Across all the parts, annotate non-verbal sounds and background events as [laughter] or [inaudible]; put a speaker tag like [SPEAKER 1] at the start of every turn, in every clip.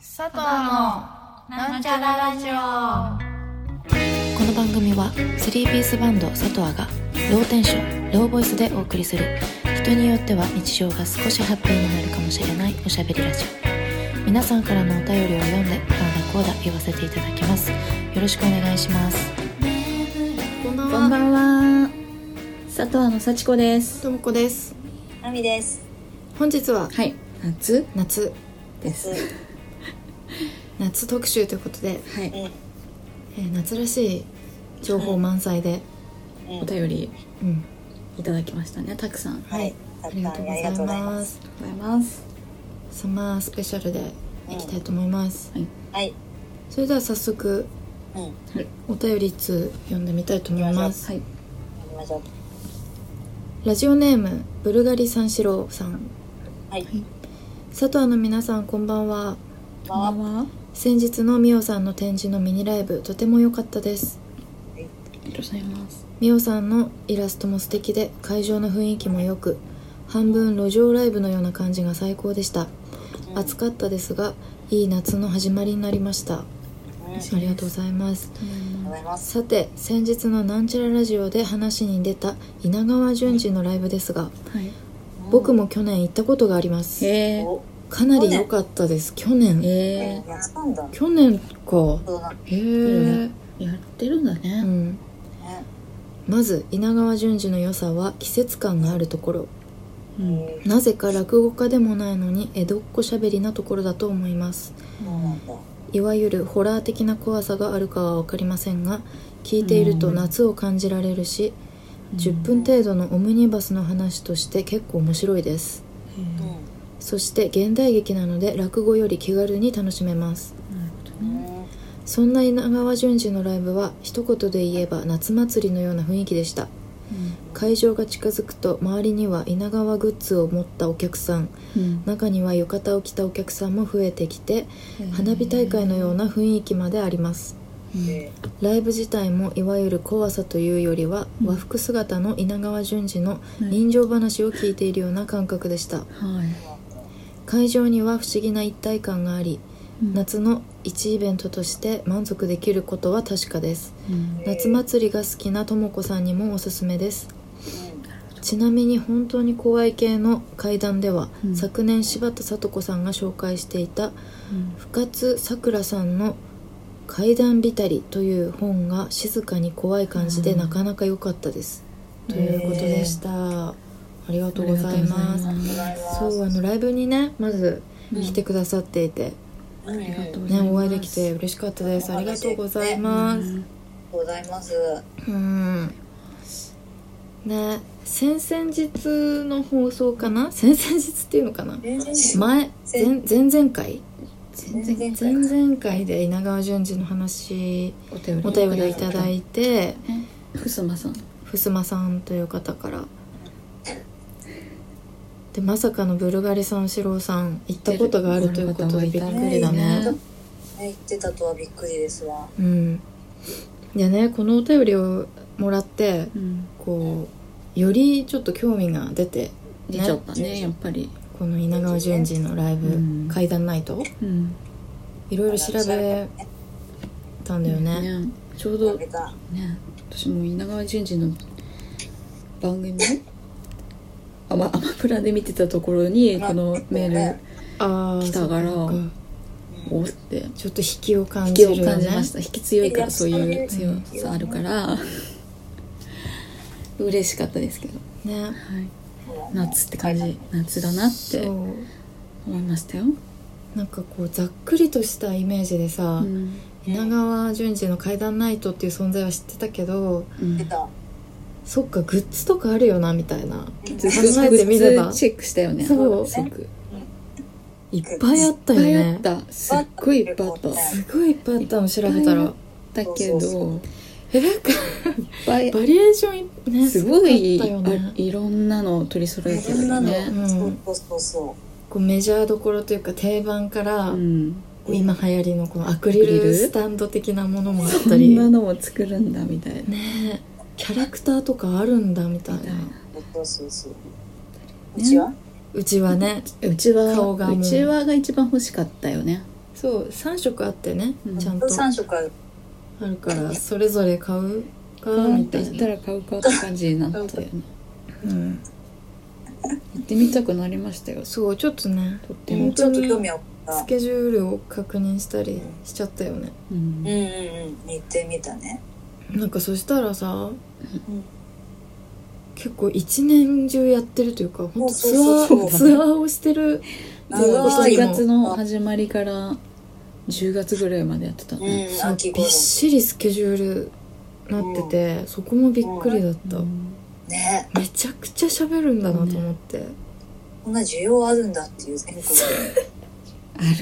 [SPEAKER 1] 佐藤のなんちゃらラジオ
[SPEAKER 2] この番組はスリーピースバンド佐藤がローテンションローボイスでお送りする人によっては日常が少しハッピーになるかもしれないおしゃべりラジオ皆さんからのお便りを読んでああだこうだ言わせていただきますよろしくお願いします
[SPEAKER 1] こんばん
[SPEAKER 2] こんばんは佐藤の幸子です
[SPEAKER 1] ともこです
[SPEAKER 3] ナミです。
[SPEAKER 1] 本日は
[SPEAKER 2] はい夏
[SPEAKER 1] 夏
[SPEAKER 2] です
[SPEAKER 1] [laughs] 夏特集ということで、
[SPEAKER 2] はい
[SPEAKER 3] うん
[SPEAKER 1] えー夏らしい情報満載で、
[SPEAKER 3] うん
[SPEAKER 2] お便り
[SPEAKER 1] うん
[SPEAKER 2] いただきましたねたくさんあり
[SPEAKER 3] はい。た
[SPEAKER 1] あ
[SPEAKER 3] く
[SPEAKER 1] りが
[SPEAKER 3] さ
[SPEAKER 1] と
[SPEAKER 3] ん
[SPEAKER 1] う
[SPEAKER 3] あり
[SPEAKER 1] ご
[SPEAKER 3] がと
[SPEAKER 1] ざい
[SPEAKER 3] うございま。
[SPEAKER 1] ますす
[SPEAKER 2] がとうございます
[SPEAKER 1] サマースペシャルでいきたいと思います、
[SPEAKER 3] はい。
[SPEAKER 1] それでは早速
[SPEAKER 3] うん。行
[SPEAKER 1] お便り通読んでみたいと思います
[SPEAKER 2] はい
[SPEAKER 3] きましょう。
[SPEAKER 1] ラジオネームブルガリ三四郎さん
[SPEAKER 3] はい。
[SPEAKER 1] 佐藤の皆さんこんばんは
[SPEAKER 3] こんばんは。
[SPEAKER 2] は
[SPEAKER 1] 先日のミオさんの展示のミニライブとても良かったです
[SPEAKER 2] ありがとうございます
[SPEAKER 1] ミオさんのイラストも素敵で会場の雰囲気も良く半分路上ライブのような感じが最高でした
[SPEAKER 3] うん
[SPEAKER 1] 暑かったですがいい夏の始まりになりました
[SPEAKER 3] うん
[SPEAKER 1] ありがとうございます
[SPEAKER 3] ありがとうございます。
[SPEAKER 1] さて先日のなんちゃらラジオで話に出た稲川淳二のライブですが
[SPEAKER 2] はい
[SPEAKER 1] 僕も去年行ったことがあります
[SPEAKER 2] へ
[SPEAKER 3] お。
[SPEAKER 1] かなり良かったです去年
[SPEAKER 2] え
[SPEAKER 3] えやったんだ。
[SPEAKER 1] 去年か
[SPEAKER 3] そうなんだ
[SPEAKER 1] へ
[SPEAKER 2] えやってるんだ
[SPEAKER 1] う
[SPEAKER 2] ね
[SPEAKER 1] ん
[SPEAKER 3] ね。
[SPEAKER 1] まず稲川淳二の良さは季節感があるところ
[SPEAKER 2] うん
[SPEAKER 3] え
[SPEAKER 1] なぜか落語家でもないのに江戸っ子しゃべりなところだと思います
[SPEAKER 3] ーそうなんだ。
[SPEAKER 1] いわゆるホラー的な怖さがあるかは分かりませんが聞いていると夏を感じられるし、10分程度のオムニバスの話として結構面白いです
[SPEAKER 3] うん。
[SPEAKER 1] そして現代劇なので落語より気軽に楽しめます
[SPEAKER 2] なるほど
[SPEAKER 3] う
[SPEAKER 2] ね
[SPEAKER 3] ん
[SPEAKER 1] そんな稲川淳二のライブは一言で言えば夏祭りのような雰囲気でした会場が近づくと周りには稲川グッズを持ったお客さん
[SPEAKER 2] うん
[SPEAKER 1] 中には浴衣を着たお客さんも増えてきて
[SPEAKER 2] うん
[SPEAKER 1] 花火大会のような雰囲気まであります
[SPEAKER 3] え
[SPEAKER 1] ライブ自体もいわゆる怖さというよりは
[SPEAKER 2] うん
[SPEAKER 1] 和服姿の稲川淳二の
[SPEAKER 2] うん
[SPEAKER 1] 人情話を聞いているような感覚でした
[SPEAKER 2] はい
[SPEAKER 1] 会場には不思議な一体感があり夏の一イベントとして満足できることは確かです
[SPEAKER 2] うん
[SPEAKER 1] 夏祭りが好きなともこさんにもおすすめです
[SPEAKER 3] うん
[SPEAKER 1] ちなみに本当に怖い系の怪談では、
[SPEAKER 2] うん
[SPEAKER 1] 昨年柴田聡子さんが紹介していた深津さくらさんの「怪談びたり」という本が静かに怖い感じで
[SPEAKER 2] うん
[SPEAKER 1] なかなか良かったです、ということでした、ありがとうございます
[SPEAKER 2] ありがとうござい
[SPEAKER 3] ありがとうございます
[SPEAKER 1] そうあのライブにねまず
[SPEAKER 2] うん
[SPEAKER 1] 来てくださっていて、
[SPEAKER 3] うんうんありがとう
[SPEAKER 2] うん
[SPEAKER 1] ねお会いできて嬉しかったですありがとうございます
[SPEAKER 3] ございます。
[SPEAKER 1] うんね先々日の放送かな先々日っていうのかな
[SPEAKER 3] 全然
[SPEAKER 1] 前前
[SPEAKER 3] 先
[SPEAKER 1] 前々回
[SPEAKER 2] 全
[SPEAKER 3] 然
[SPEAKER 2] 然
[SPEAKER 1] 前々回で稲川淳二の話
[SPEAKER 2] お便り
[SPEAKER 1] お便りをいただいて
[SPEAKER 2] ふすまさん
[SPEAKER 1] ふすまさんという方からでまさかのブルガリさん四郎さん行ったことがあるということでびっくりだね
[SPEAKER 3] ね言ってたとはびっくりですわ。
[SPEAKER 1] うんいやねこのお便りをもらって
[SPEAKER 2] うん
[SPEAKER 1] こうよりちょっと興味が出て
[SPEAKER 2] 出ちゃったねやっぱり
[SPEAKER 1] この稲川淳二のライブ、
[SPEAKER 2] うん
[SPEAKER 1] 怪談ナイト
[SPEAKER 2] うん
[SPEAKER 1] いろいろ調べたんだよね
[SPEAKER 2] ねちょう
[SPEAKER 3] 食
[SPEAKER 2] ど
[SPEAKER 3] べた。
[SPEAKER 2] ね私も稲川淳二の番組をアマアマプラで見てたところにこのメール
[SPEAKER 1] ああ
[SPEAKER 2] 来たから
[SPEAKER 1] そっそっ
[SPEAKER 2] をって
[SPEAKER 1] ちょっと引きを感
[SPEAKER 2] 引
[SPEAKER 1] じる
[SPEAKER 2] き
[SPEAKER 1] よ
[SPEAKER 2] を
[SPEAKER 1] ね
[SPEAKER 2] 感じました引き強いからそういう強
[SPEAKER 1] うん
[SPEAKER 2] さあるから嬉しかったですけど、
[SPEAKER 1] ね
[SPEAKER 2] は
[SPEAKER 3] う
[SPEAKER 2] い、
[SPEAKER 3] ん
[SPEAKER 2] 夏って感じ夏だなって
[SPEAKER 1] そう
[SPEAKER 2] 思いましたよ、
[SPEAKER 1] なんかこうざっくりとしたイメージで
[SPEAKER 2] う
[SPEAKER 1] さ、
[SPEAKER 2] ん
[SPEAKER 1] 稲川淳二の「怪談ナイト」っていう存在は知ってたけど
[SPEAKER 2] うん
[SPEAKER 3] 出、た。
[SPEAKER 1] そっかグッズとかあるよなみたいな
[SPEAKER 2] ずっと
[SPEAKER 1] 考えてみれば
[SPEAKER 2] チェックしたよね
[SPEAKER 1] そう
[SPEAKER 2] 即
[SPEAKER 1] いっぱいあったよ
[SPEAKER 2] い
[SPEAKER 1] ね
[SPEAKER 2] っぱいあったすっごいいっぱいあった
[SPEAKER 1] すごいいっぱいあったの調べたら
[SPEAKER 2] だけど
[SPEAKER 3] そうそ
[SPEAKER 2] いっ
[SPEAKER 1] えなんか
[SPEAKER 2] ぱい
[SPEAKER 1] バリエーションいね
[SPEAKER 2] すごい
[SPEAKER 1] かったよね
[SPEAKER 2] あいろんなのを取り揃えてる
[SPEAKER 3] いろ
[SPEAKER 2] よ
[SPEAKER 3] んな
[SPEAKER 2] ね
[SPEAKER 3] のそうそうそ
[SPEAKER 1] こうメジャーどころというか定番から、
[SPEAKER 2] うん
[SPEAKER 1] こう今流行りのこのアクリ
[SPEAKER 2] アクリ
[SPEAKER 1] ル
[SPEAKER 2] ル
[SPEAKER 1] スタンド的なものもあっ
[SPEAKER 2] そ
[SPEAKER 1] たり
[SPEAKER 2] んな
[SPEAKER 1] ね
[SPEAKER 2] のも作るんだみたいな
[SPEAKER 1] えキャラクターとかあるんだみたいな
[SPEAKER 2] みたいな
[SPEAKER 3] う。そうそうそう。うちは
[SPEAKER 1] うちはね
[SPEAKER 2] うちわ
[SPEAKER 1] 顔がもう
[SPEAKER 2] うちわが一番欲しかったよね
[SPEAKER 1] そう3色あってね、
[SPEAKER 2] うん
[SPEAKER 1] ちゃんと
[SPEAKER 3] 3色ある。
[SPEAKER 1] あるからそれぞれ買うか
[SPEAKER 2] 買うっ
[SPEAKER 1] み
[SPEAKER 2] て
[SPEAKER 1] た
[SPEAKER 2] 言
[SPEAKER 1] い
[SPEAKER 2] った
[SPEAKER 1] な、
[SPEAKER 2] ら買うかって感じになったよね
[SPEAKER 1] うん、
[SPEAKER 2] 行ってみたくなりましたよ
[SPEAKER 1] そうちょっとね
[SPEAKER 2] とって
[SPEAKER 3] うん
[SPEAKER 2] も、
[SPEAKER 3] ちょっと興味あった。
[SPEAKER 1] スケジュールを確認したりしちゃったよね
[SPEAKER 2] うん
[SPEAKER 3] うんうんうん。行ってみたね。
[SPEAKER 1] なんかそしたらさ、
[SPEAKER 3] うん
[SPEAKER 1] 結構一年中やってるというか本当ツア
[SPEAKER 3] そうそうそう
[SPEAKER 1] ーツアーをしてる
[SPEAKER 3] あの
[SPEAKER 1] もう
[SPEAKER 2] 7
[SPEAKER 1] 一人
[SPEAKER 2] 月
[SPEAKER 1] も
[SPEAKER 2] の始まりから10月ぐらいまでやってた
[SPEAKER 3] う
[SPEAKER 2] ね、
[SPEAKER 3] ん、
[SPEAKER 1] そう
[SPEAKER 3] 秋
[SPEAKER 1] びっ
[SPEAKER 3] 頃。
[SPEAKER 1] しりスケジュールなってて、そこもびっくりだった、
[SPEAKER 2] うん
[SPEAKER 3] ね
[SPEAKER 1] めちゃくちゃ喋るんだなと思って、
[SPEAKER 3] こんな需要あるんだっていう全国で。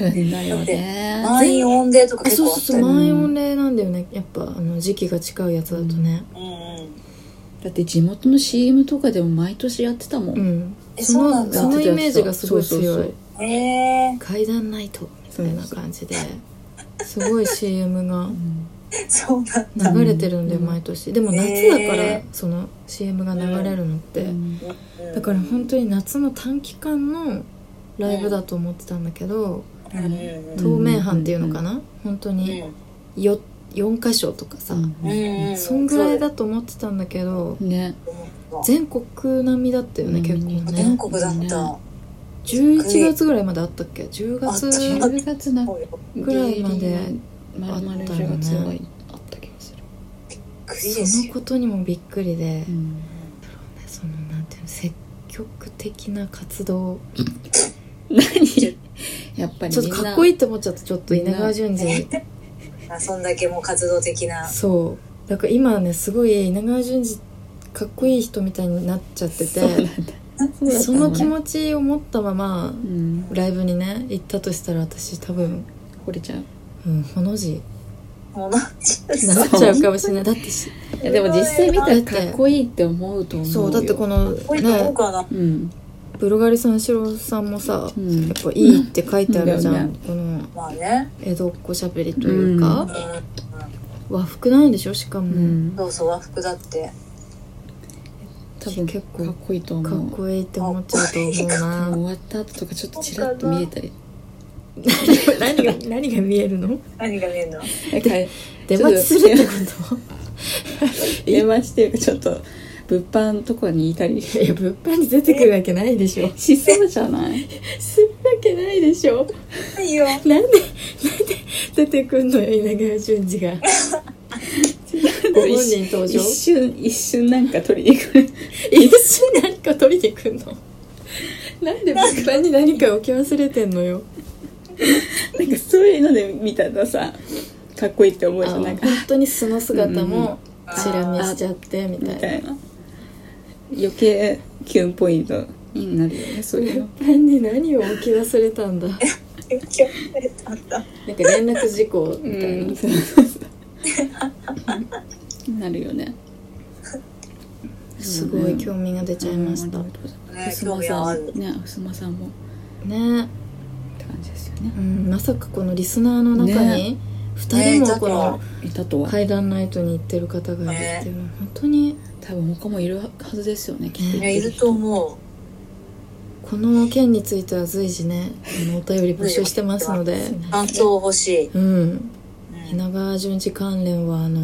[SPEAKER 2] あるんだよね
[SPEAKER 3] 満員御礼とか
[SPEAKER 1] あ
[SPEAKER 3] 結
[SPEAKER 1] そう
[SPEAKER 3] 構あ
[SPEAKER 1] そうそ
[SPEAKER 3] った
[SPEAKER 1] う
[SPEAKER 3] よ。
[SPEAKER 1] 満員御礼なんだよねやっぱあの時期が近いやつだとね
[SPEAKER 3] うんうん。
[SPEAKER 2] だって地元の CM とかでも毎年やってたもん、
[SPEAKER 1] うん、
[SPEAKER 3] え、
[SPEAKER 1] そ
[SPEAKER 3] そうなん
[SPEAKER 1] の
[SPEAKER 3] だ
[SPEAKER 1] そ。のイメージがすごい強
[SPEAKER 2] そう
[SPEAKER 1] い
[SPEAKER 2] そうそう
[SPEAKER 3] えー、
[SPEAKER 1] 階段ナイトみたいな感じですごい CM が
[SPEAKER 2] うん
[SPEAKER 3] そうなんだ。
[SPEAKER 1] 流れてるんだよ
[SPEAKER 2] うん
[SPEAKER 1] 毎年でも夏だから、
[SPEAKER 3] へ
[SPEAKER 1] その CM が流れるのって、
[SPEAKER 2] うん
[SPEAKER 3] うん
[SPEAKER 1] だから本当に夏の短期間のライブだと思ってたんだけど、
[SPEAKER 3] うんうん
[SPEAKER 1] 透明版っていうのかな、本当によ4箇所とかさ、
[SPEAKER 3] うんうんうん。
[SPEAKER 1] そんぐらいだと思ってたんだけど、
[SPEAKER 2] ね
[SPEAKER 3] 全
[SPEAKER 1] 全国並みだったよね、
[SPEAKER 2] うん
[SPEAKER 1] 結構
[SPEAKER 3] 全
[SPEAKER 1] ね
[SPEAKER 3] 国だった。
[SPEAKER 1] 11月ぐらいまであったっけ10月
[SPEAKER 3] あったよ
[SPEAKER 2] 10月な
[SPEAKER 3] そうよびっ
[SPEAKER 1] ぐらいまで
[SPEAKER 2] まるまる10月はいあった気がする、
[SPEAKER 3] くり
[SPEAKER 1] そ
[SPEAKER 3] です
[SPEAKER 1] の
[SPEAKER 3] よ。
[SPEAKER 1] ことにもびっくりで、
[SPEAKER 2] うん
[SPEAKER 1] そのなんていうの積極的な活動
[SPEAKER 2] 何やっぱり
[SPEAKER 1] ちょっとかっこ
[SPEAKER 2] い
[SPEAKER 1] いいって思っちゃったちょっと稲川淳二
[SPEAKER 3] あそんだけもう活動的な。
[SPEAKER 1] そうだから今ねすごい稲川淳二かっこいい人みたいになっちゃって
[SPEAKER 2] そうなん
[SPEAKER 1] て
[SPEAKER 2] だ
[SPEAKER 1] そ,、の気
[SPEAKER 2] ち、
[SPEAKER 1] 持ちを持ったまま
[SPEAKER 2] うん、
[SPEAKER 1] ライブにね行ったとしたら私多分、
[SPEAKER 2] 惚れちゃう
[SPEAKER 1] うん、ほの字
[SPEAKER 3] もうなんちゅう
[SPEAKER 1] になっちゃうかもしれないだってし
[SPEAKER 2] いやでも実際見たらかっこいいって思うと思うよ
[SPEAKER 1] そうだってこの
[SPEAKER 3] こういうとこ
[SPEAKER 1] ね
[SPEAKER 3] かな。
[SPEAKER 2] うん
[SPEAKER 1] ブルガリさんシロさんもさ
[SPEAKER 2] う
[SPEAKER 1] や
[SPEAKER 2] ん
[SPEAKER 1] っぱいいって書いてあるじゃ、
[SPEAKER 2] うんん
[SPEAKER 1] この
[SPEAKER 3] まあね。
[SPEAKER 1] 江戸っ子しゃべりというか、
[SPEAKER 2] うん
[SPEAKER 1] 和服なんでしょしかも、
[SPEAKER 2] う
[SPEAKER 3] うん
[SPEAKER 2] ん
[SPEAKER 3] そうそう、和服だって。
[SPEAKER 1] 多分結構
[SPEAKER 2] かっこいいと思う
[SPEAKER 1] かっこいいって思っちゃうと思う
[SPEAKER 2] もう
[SPEAKER 1] な
[SPEAKER 2] 終わった後とかちょっとちらっと見えたり
[SPEAKER 1] [laughs] 何が何が見えるの
[SPEAKER 3] 何が見えるの
[SPEAKER 2] なんか
[SPEAKER 1] [laughs] 出待ちするってこ
[SPEAKER 2] 電話してちょっと物販とかにいたり
[SPEAKER 1] といや物販に出てくるわけないでしょ
[SPEAKER 2] しそうじゃない
[SPEAKER 1] するわけないでしょ
[SPEAKER 3] ないよ。
[SPEAKER 1] なんでなんで出てくんのよ稲川淳 [laughs] 二がご本人登
[SPEAKER 2] 一
[SPEAKER 1] 場
[SPEAKER 2] 瞬一瞬なんか取りに来る
[SPEAKER 1] 一瞬何か取りに来んのなんで物販に何か置き忘れてんのよ
[SPEAKER 2] なんかそういうので見たらさかっこいいって思う
[SPEAKER 1] あ
[SPEAKER 2] じゃんなん
[SPEAKER 1] 本
[SPEAKER 2] か
[SPEAKER 1] 当に素の姿も
[SPEAKER 3] うん
[SPEAKER 1] チラ見しちゃってみた
[SPEAKER 2] み
[SPEAKER 1] いな
[SPEAKER 2] たいな余計キュンポイントになるよねそういうの
[SPEAKER 1] 物販に何を置き忘れたんだ
[SPEAKER 3] 影響されたんだ。
[SPEAKER 1] なんか連絡事項みたいな、
[SPEAKER 2] うんそうそうそうなる [laughs] よね
[SPEAKER 1] すごい興味が出ちゃいました、
[SPEAKER 2] うんあり
[SPEAKER 3] ね、
[SPEAKER 2] がとうございますふす
[SPEAKER 3] 興
[SPEAKER 2] ま
[SPEAKER 3] 味
[SPEAKER 2] さ
[SPEAKER 3] ある
[SPEAKER 2] ん。ねふすまさんもっ
[SPEAKER 1] ね、
[SPEAKER 2] て感じですよね
[SPEAKER 1] うん、まさかこのリスナーの中に2人
[SPEAKER 3] ね
[SPEAKER 1] も
[SPEAKER 3] え
[SPEAKER 1] この
[SPEAKER 2] いたとは
[SPEAKER 1] 階段ナイトに行ってる方がいて、もう本当に
[SPEAKER 2] 多分他もいるはずですよねきっと
[SPEAKER 3] いや、いると思
[SPEAKER 1] この件については随時ねあのお便り募集してますので、
[SPEAKER 3] う。感想欲しい。
[SPEAKER 1] うん、
[SPEAKER 3] うん。
[SPEAKER 1] 稲川淳二関連はあの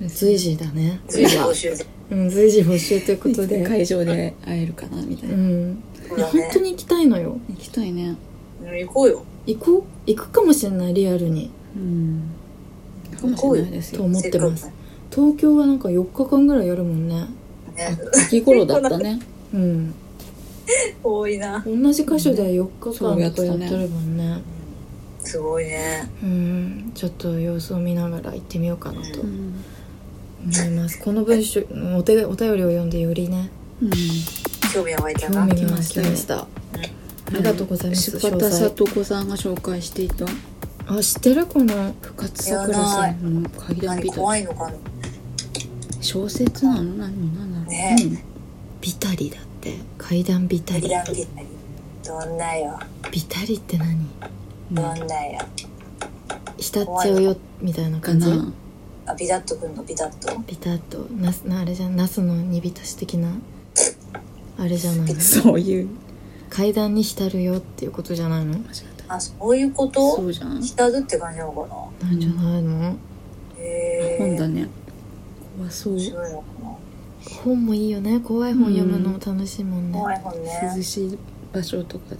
[SPEAKER 3] うん
[SPEAKER 1] 随時だね
[SPEAKER 3] 随時募集だ。
[SPEAKER 1] うん、随時募集という
[SPEAKER 2] [laughs]
[SPEAKER 1] こと
[SPEAKER 2] いつ
[SPEAKER 1] で、
[SPEAKER 2] 会場で会えるかなみたいうな、
[SPEAKER 1] ん、
[SPEAKER 3] そう
[SPEAKER 1] いや
[SPEAKER 3] だ
[SPEAKER 1] 本
[SPEAKER 3] ね
[SPEAKER 1] 当。に行きたいのよ
[SPEAKER 2] 行きたいね
[SPEAKER 3] うん行こうよ。
[SPEAKER 1] 行こう行くかもしれないリアルに
[SPEAKER 2] うんかもしれないです
[SPEAKER 1] と
[SPEAKER 2] よ
[SPEAKER 1] 思ってます東京はなんか4日間ぐらいやるもんね
[SPEAKER 3] せっかくね。
[SPEAKER 2] 秋頃だったね
[SPEAKER 1] うん
[SPEAKER 3] 多いな。
[SPEAKER 1] 同じ箇所で4日
[SPEAKER 2] そう
[SPEAKER 1] 間
[SPEAKER 2] やっ
[SPEAKER 1] とか
[SPEAKER 2] て
[SPEAKER 1] や
[SPEAKER 2] た
[SPEAKER 1] っ
[SPEAKER 2] ね
[SPEAKER 1] てるもんね
[SPEAKER 3] すごいね。
[SPEAKER 1] うんちょっと様子を見ながら行ってみようかなと
[SPEAKER 2] う
[SPEAKER 1] 思
[SPEAKER 2] ん、
[SPEAKER 1] いますこの文章お手お便りを読んでよりね
[SPEAKER 2] うん、
[SPEAKER 3] 興味が湧いた
[SPEAKER 1] 興
[SPEAKER 3] な。
[SPEAKER 1] 味が湧きましたありがとうございます
[SPEAKER 2] 柴
[SPEAKER 1] 詳
[SPEAKER 2] 田
[SPEAKER 1] 細
[SPEAKER 2] 聡子さんが紹介していた
[SPEAKER 1] あ知ってるこの
[SPEAKER 2] 深津さくらさんの階段
[SPEAKER 3] 何
[SPEAKER 2] ビタ
[SPEAKER 3] 怖いのかな
[SPEAKER 2] 小説なの何なんだろう、
[SPEAKER 3] ね
[SPEAKER 1] ビタリだって階段ビタ
[SPEAKER 3] ビ
[SPEAKER 1] リ
[SPEAKER 3] ランビタリどんなよ
[SPEAKER 1] ビタリって何
[SPEAKER 2] うん、
[SPEAKER 3] ど
[SPEAKER 2] なん
[SPEAKER 3] なよ
[SPEAKER 1] 浸っちゃうよみたいな
[SPEAKER 2] か
[SPEAKER 1] 感じ
[SPEAKER 2] な
[SPEAKER 3] あビタッとくんのビタッと
[SPEAKER 1] ビタッとなすなあれじゃんナスの煮浸し的なあれじゃないの
[SPEAKER 2] そういう
[SPEAKER 1] 階段に浸るよっていうことじゃないの
[SPEAKER 2] 間違えた
[SPEAKER 3] あ、そういうこ
[SPEAKER 2] そ
[SPEAKER 3] と
[SPEAKER 2] うじゃん
[SPEAKER 3] 下ずって感じなのかな
[SPEAKER 1] なんじゃないの
[SPEAKER 3] へえ
[SPEAKER 2] 本だね怖そう
[SPEAKER 3] 面白いのかな
[SPEAKER 1] 本もいいよね怖い本読むのも楽しいもんね
[SPEAKER 3] 怖い本
[SPEAKER 2] 涼
[SPEAKER 3] ね
[SPEAKER 2] しい場所とかで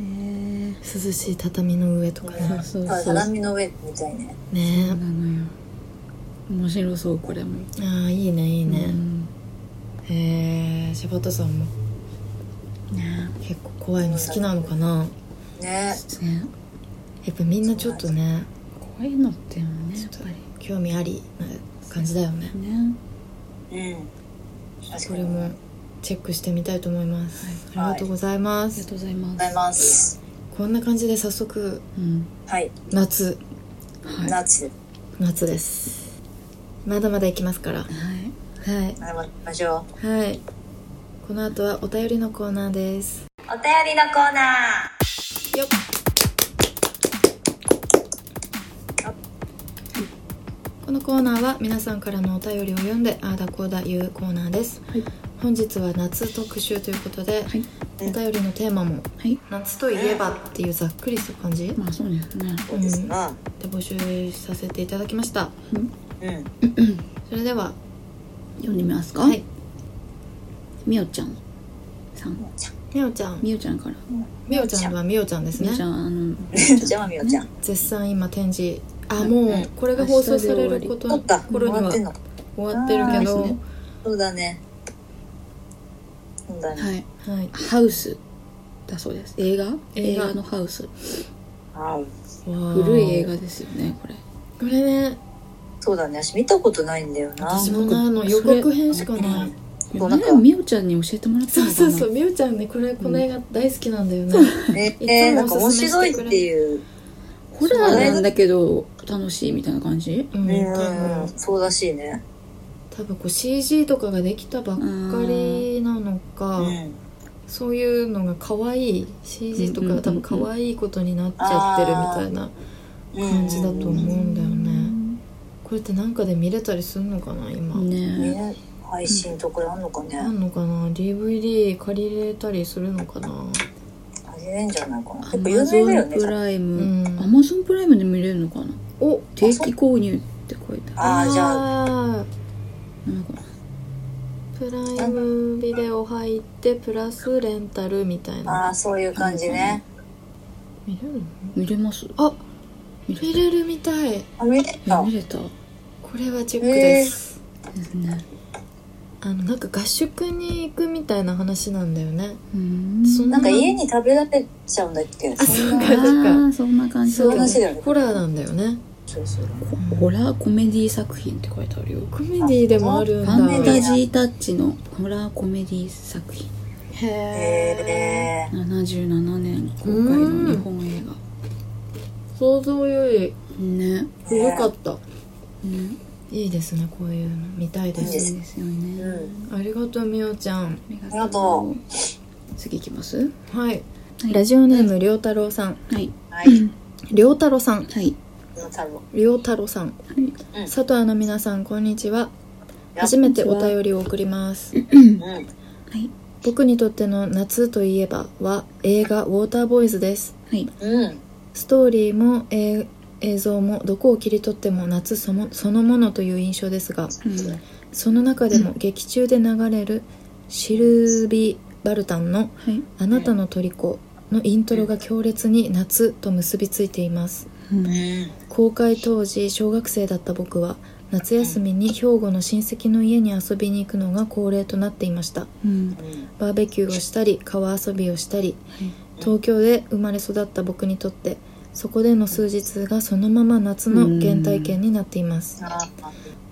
[SPEAKER 2] ね
[SPEAKER 1] 涼しい畳の上とか
[SPEAKER 2] え
[SPEAKER 1] ね
[SPEAKER 2] ー、そ
[SPEAKER 3] た
[SPEAKER 2] うそう
[SPEAKER 3] だ
[SPEAKER 2] そうな
[SPEAKER 3] 鏡の上みたいね
[SPEAKER 1] ね
[SPEAKER 2] のよ面白そうこれも
[SPEAKER 1] ああいいねいいね、
[SPEAKER 2] うん
[SPEAKER 1] へえ柴田さんも
[SPEAKER 2] ね
[SPEAKER 1] 結構怖いの好きなのかな
[SPEAKER 3] ね
[SPEAKER 2] えね
[SPEAKER 1] やっぱみんなちょっとね
[SPEAKER 2] 怖いのってのはねやっぱ
[SPEAKER 1] 興味ありな感じだよね
[SPEAKER 2] りね
[SPEAKER 3] うん確
[SPEAKER 1] そ
[SPEAKER 3] か
[SPEAKER 1] れ
[SPEAKER 3] にありがと
[SPEAKER 1] も
[SPEAKER 3] う
[SPEAKER 1] チェックしてみたいと思います、
[SPEAKER 3] はい
[SPEAKER 1] ありがとうございま
[SPEAKER 2] ありが
[SPEAKER 1] す、
[SPEAKER 2] とうござい
[SPEAKER 3] ご
[SPEAKER 2] ま
[SPEAKER 3] ざい
[SPEAKER 2] す
[SPEAKER 3] ます
[SPEAKER 1] こんな感じで早速
[SPEAKER 2] うん
[SPEAKER 3] はい
[SPEAKER 1] 夏
[SPEAKER 2] はいは
[SPEAKER 3] 夏
[SPEAKER 1] 夏ですまだまだいきますからはい
[SPEAKER 3] 頑張りましょう
[SPEAKER 1] いはいこの後はお便りのコーナーです
[SPEAKER 3] お便りのコーナ
[SPEAKER 1] よっこのコーナーは皆さんからのお便りを読んであーだこーだ言うコーナーです、
[SPEAKER 2] はい
[SPEAKER 1] 本日は夏特集ということで、
[SPEAKER 2] はい
[SPEAKER 1] お便りのテーマも
[SPEAKER 2] はい
[SPEAKER 1] 夏といえばっていうざっくりした感じで
[SPEAKER 2] まあそうですね
[SPEAKER 3] ーそうですな
[SPEAKER 1] 募集させていただきました
[SPEAKER 3] うん
[SPEAKER 1] それでは
[SPEAKER 2] 読んでみますか
[SPEAKER 1] はい
[SPEAKER 2] みおちゃんさん
[SPEAKER 1] みおちゃん
[SPEAKER 2] みおちゃんから
[SPEAKER 1] みおちゃんはみおちゃんです
[SPEAKER 2] みお
[SPEAKER 1] ね
[SPEAKER 2] ちゃんあの
[SPEAKER 3] じゃあみおちゃん
[SPEAKER 1] 絶賛今展示あ
[SPEAKER 2] はい
[SPEAKER 1] も
[SPEAKER 2] は
[SPEAKER 1] う
[SPEAKER 2] い
[SPEAKER 1] これが放送されること
[SPEAKER 3] 撮った
[SPEAKER 1] 頃に
[SPEAKER 3] もら
[SPEAKER 1] は
[SPEAKER 3] って
[SPEAKER 1] 終
[SPEAKER 3] んのか
[SPEAKER 1] わってるけど
[SPEAKER 2] あーそうで
[SPEAKER 3] そうだねそうだね
[SPEAKER 2] はい
[SPEAKER 1] はい
[SPEAKER 2] ハウスだそうです映画
[SPEAKER 1] 映
[SPEAKER 2] 映
[SPEAKER 1] 画
[SPEAKER 2] 画のハウス
[SPEAKER 3] あ
[SPEAKER 1] 古
[SPEAKER 2] 古い映画ですよねこれ
[SPEAKER 1] これね
[SPEAKER 3] そうだね私見たことないんだよな
[SPEAKER 1] 私もないの
[SPEAKER 2] それ
[SPEAKER 1] 予告編しかない
[SPEAKER 3] そうなんか
[SPEAKER 2] 前みおちゃんに教えてもらった
[SPEAKER 1] そ
[SPEAKER 2] の
[SPEAKER 1] う
[SPEAKER 2] かな
[SPEAKER 1] そうそうみおちゃんねこれこの映画大好きなんだよね
[SPEAKER 3] え
[SPEAKER 1] いつ
[SPEAKER 3] ー、
[SPEAKER 1] も
[SPEAKER 3] なんか面
[SPEAKER 1] おすす
[SPEAKER 3] 白
[SPEAKER 1] め
[SPEAKER 3] い
[SPEAKER 1] してくれる
[SPEAKER 3] っていう
[SPEAKER 2] ホラーなんだけど楽しいみたいな感じ
[SPEAKER 1] う
[SPEAKER 3] うん
[SPEAKER 1] 多
[SPEAKER 3] ん
[SPEAKER 1] 分
[SPEAKER 3] そうらしいね
[SPEAKER 1] 多分こう CG とかができたばっかりなのか、
[SPEAKER 3] うん
[SPEAKER 1] そういうのが可愛い CG とかが多分可愛いことになっちゃってるみたいな感じだと思うんだよねこれってなんかで見れたりするのかな今、
[SPEAKER 3] うん
[SPEAKER 2] ね
[SPEAKER 3] ね配信とかあんのかね
[SPEAKER 1] あんのかな DVD 借りれたりするのかな
[SPEAKER 3] ありえんじゃないかな
[SPEAKER 2] ア
[SPEAKER 3] やっぱ
[SPEAKER 2] マ
[SPEAKER 3] 有
[SPEAKER 2] ゾ
[SPEAKER 3] 名だよ
[SPEAKER 2] ン
[SPEAKER 3] ね
[SPEAKER 2] プライム
[SPEAKER 1] うん
[SPEAKER 2] アマゾンプライムで見れるのかな
[SPEAKER 1] お
[SPEAKER 2] 定期購入って書いてあ
[SPEAKER 3] あーじゃあ
[SPEAKER 1] あ
[SPEAKER 2] るなんか
[SPEAKER 1] ープライムビデオ入ってプラスレンタルみたいな
[SPEAKER 3] あーそういう感じね
[SPEAKER 1] 見れるの
[SPEAKER 2] 見れます
[SPEAKER 1] あ
[SPEAKER 2] 見れ
[SPEAKER 1] 見れるみたい
[SPEAKER 3] あ見れ
[SPEAKER 2] た
[SPEAKER 3] た
[SPEAKER 2] 見れたで
[SPEAKER 1] これはチェックです、
[SPEAKER 2] すね
[SPEAKER 1] あのなんか合宿に行くみたいな話なんだよね
[SPEAKER 2] うーん
[SPEAKER 1] そ
[SPEAKER 3] なんか家に食べられちゃうんだっけ
[SPEAKER 1] あ
[SPEAKER 3] そん
[SPEAKER 1] そ
[SPEAKER 3] な
[SPEAKER 1] うか
[SPEAKER 2] あーそんな感じ
[SPEAKER 1] そう
[SPEAKER 3] いう話だよね
[SPEAKER 1] ホラーなんだよね
[SPEAKER 3] そうそう
[SPEAKER 2] ホラーコメディ作品って書いてあるよ
[SPEAKER 1] コメディでもあるん
[SPEAKER 2] フ
[SPEAKER 1] だ
[SPEAKER 2] ァンタ
[SPEAKER 1] へ
[SPEAKER 2] ジータッチのホラーコメディ作品
[SPEAKER 1] え
[SPEAKER 3] へー
[SPEAKER 2] 77年公開の日本映
[SPEAKER 1] 想像より
[SPEAKER 2] 画ね
[SPEAKER 1] 古かった
[SPEAKER 2] ね
[SPEAKER 1] いいですねこういうの見たいで
[SPEAKER 2] いいですすよね、
[SPEAKER 3] うん
[SPEAKER 1] ありがとうみおちゃん
[SPEAKER 2] あ
[SPEAKER 3] りがと
[SPEAKER 2] う次いきます
[SPEAKER 1] はい、
[SPEAKER 2] はい
[SPEAKER 1] ラジオネームりょうたろうさん
[SPEAKER 2] はい
[SPEAKER 3] はい、
[SPEAKER 1] りょうたろうさん
[SPEAKER 2] はい
[SPEAKER 3] の太郎。
[SPEAKER 1] りょうたろうさん
[SPEAKER 2] はい
[SPEAKER 3] うん
[SPEAKER 1] 佐藤の皆さんこんにちは
[SPEAKER 3] や
[SPEAKER 1] 初めてお便りを送ります
[SPEAKER 3] うん。
[SPEAKER 2] はい
[SPEAKER 1] 僕にとっての夏といえばは映画ウォーターボーイズです
[SPEAKER 2] はい
[SPEAKER 3] うん。
[SPEAKER 1] ストーリーも、えー映像もどこを切り取っても夏そのそのものという印象ですが
[SPEAKER 2] うん
[SPEAKER 1] その中でも劇中で流れるシルビ・バルタンの
[SPEAKER 2] はい
[SPEAKER 1] 「あなたの虜」のイントロが強烈に夏と結びついています
[SPEAKER 2] うん
[SPEAKER 3] うん。
[SPEAKER 1] 公開当時小学生だった僕は夏休みに兵庫の親戚の家に遊びに行くのが恒例となっていました
[SPEAKER 2] うん
[SPEAKER 3] うん。
[SPEAKER 1] バーベキューをしたり川遊びをしたり
[SPEAKER 2] はい
[SPEAKER 1] 東京で生まれ育った僕にとってそこでの数日がそのまま夏の原体験になっています
[SPEAKER 3] あ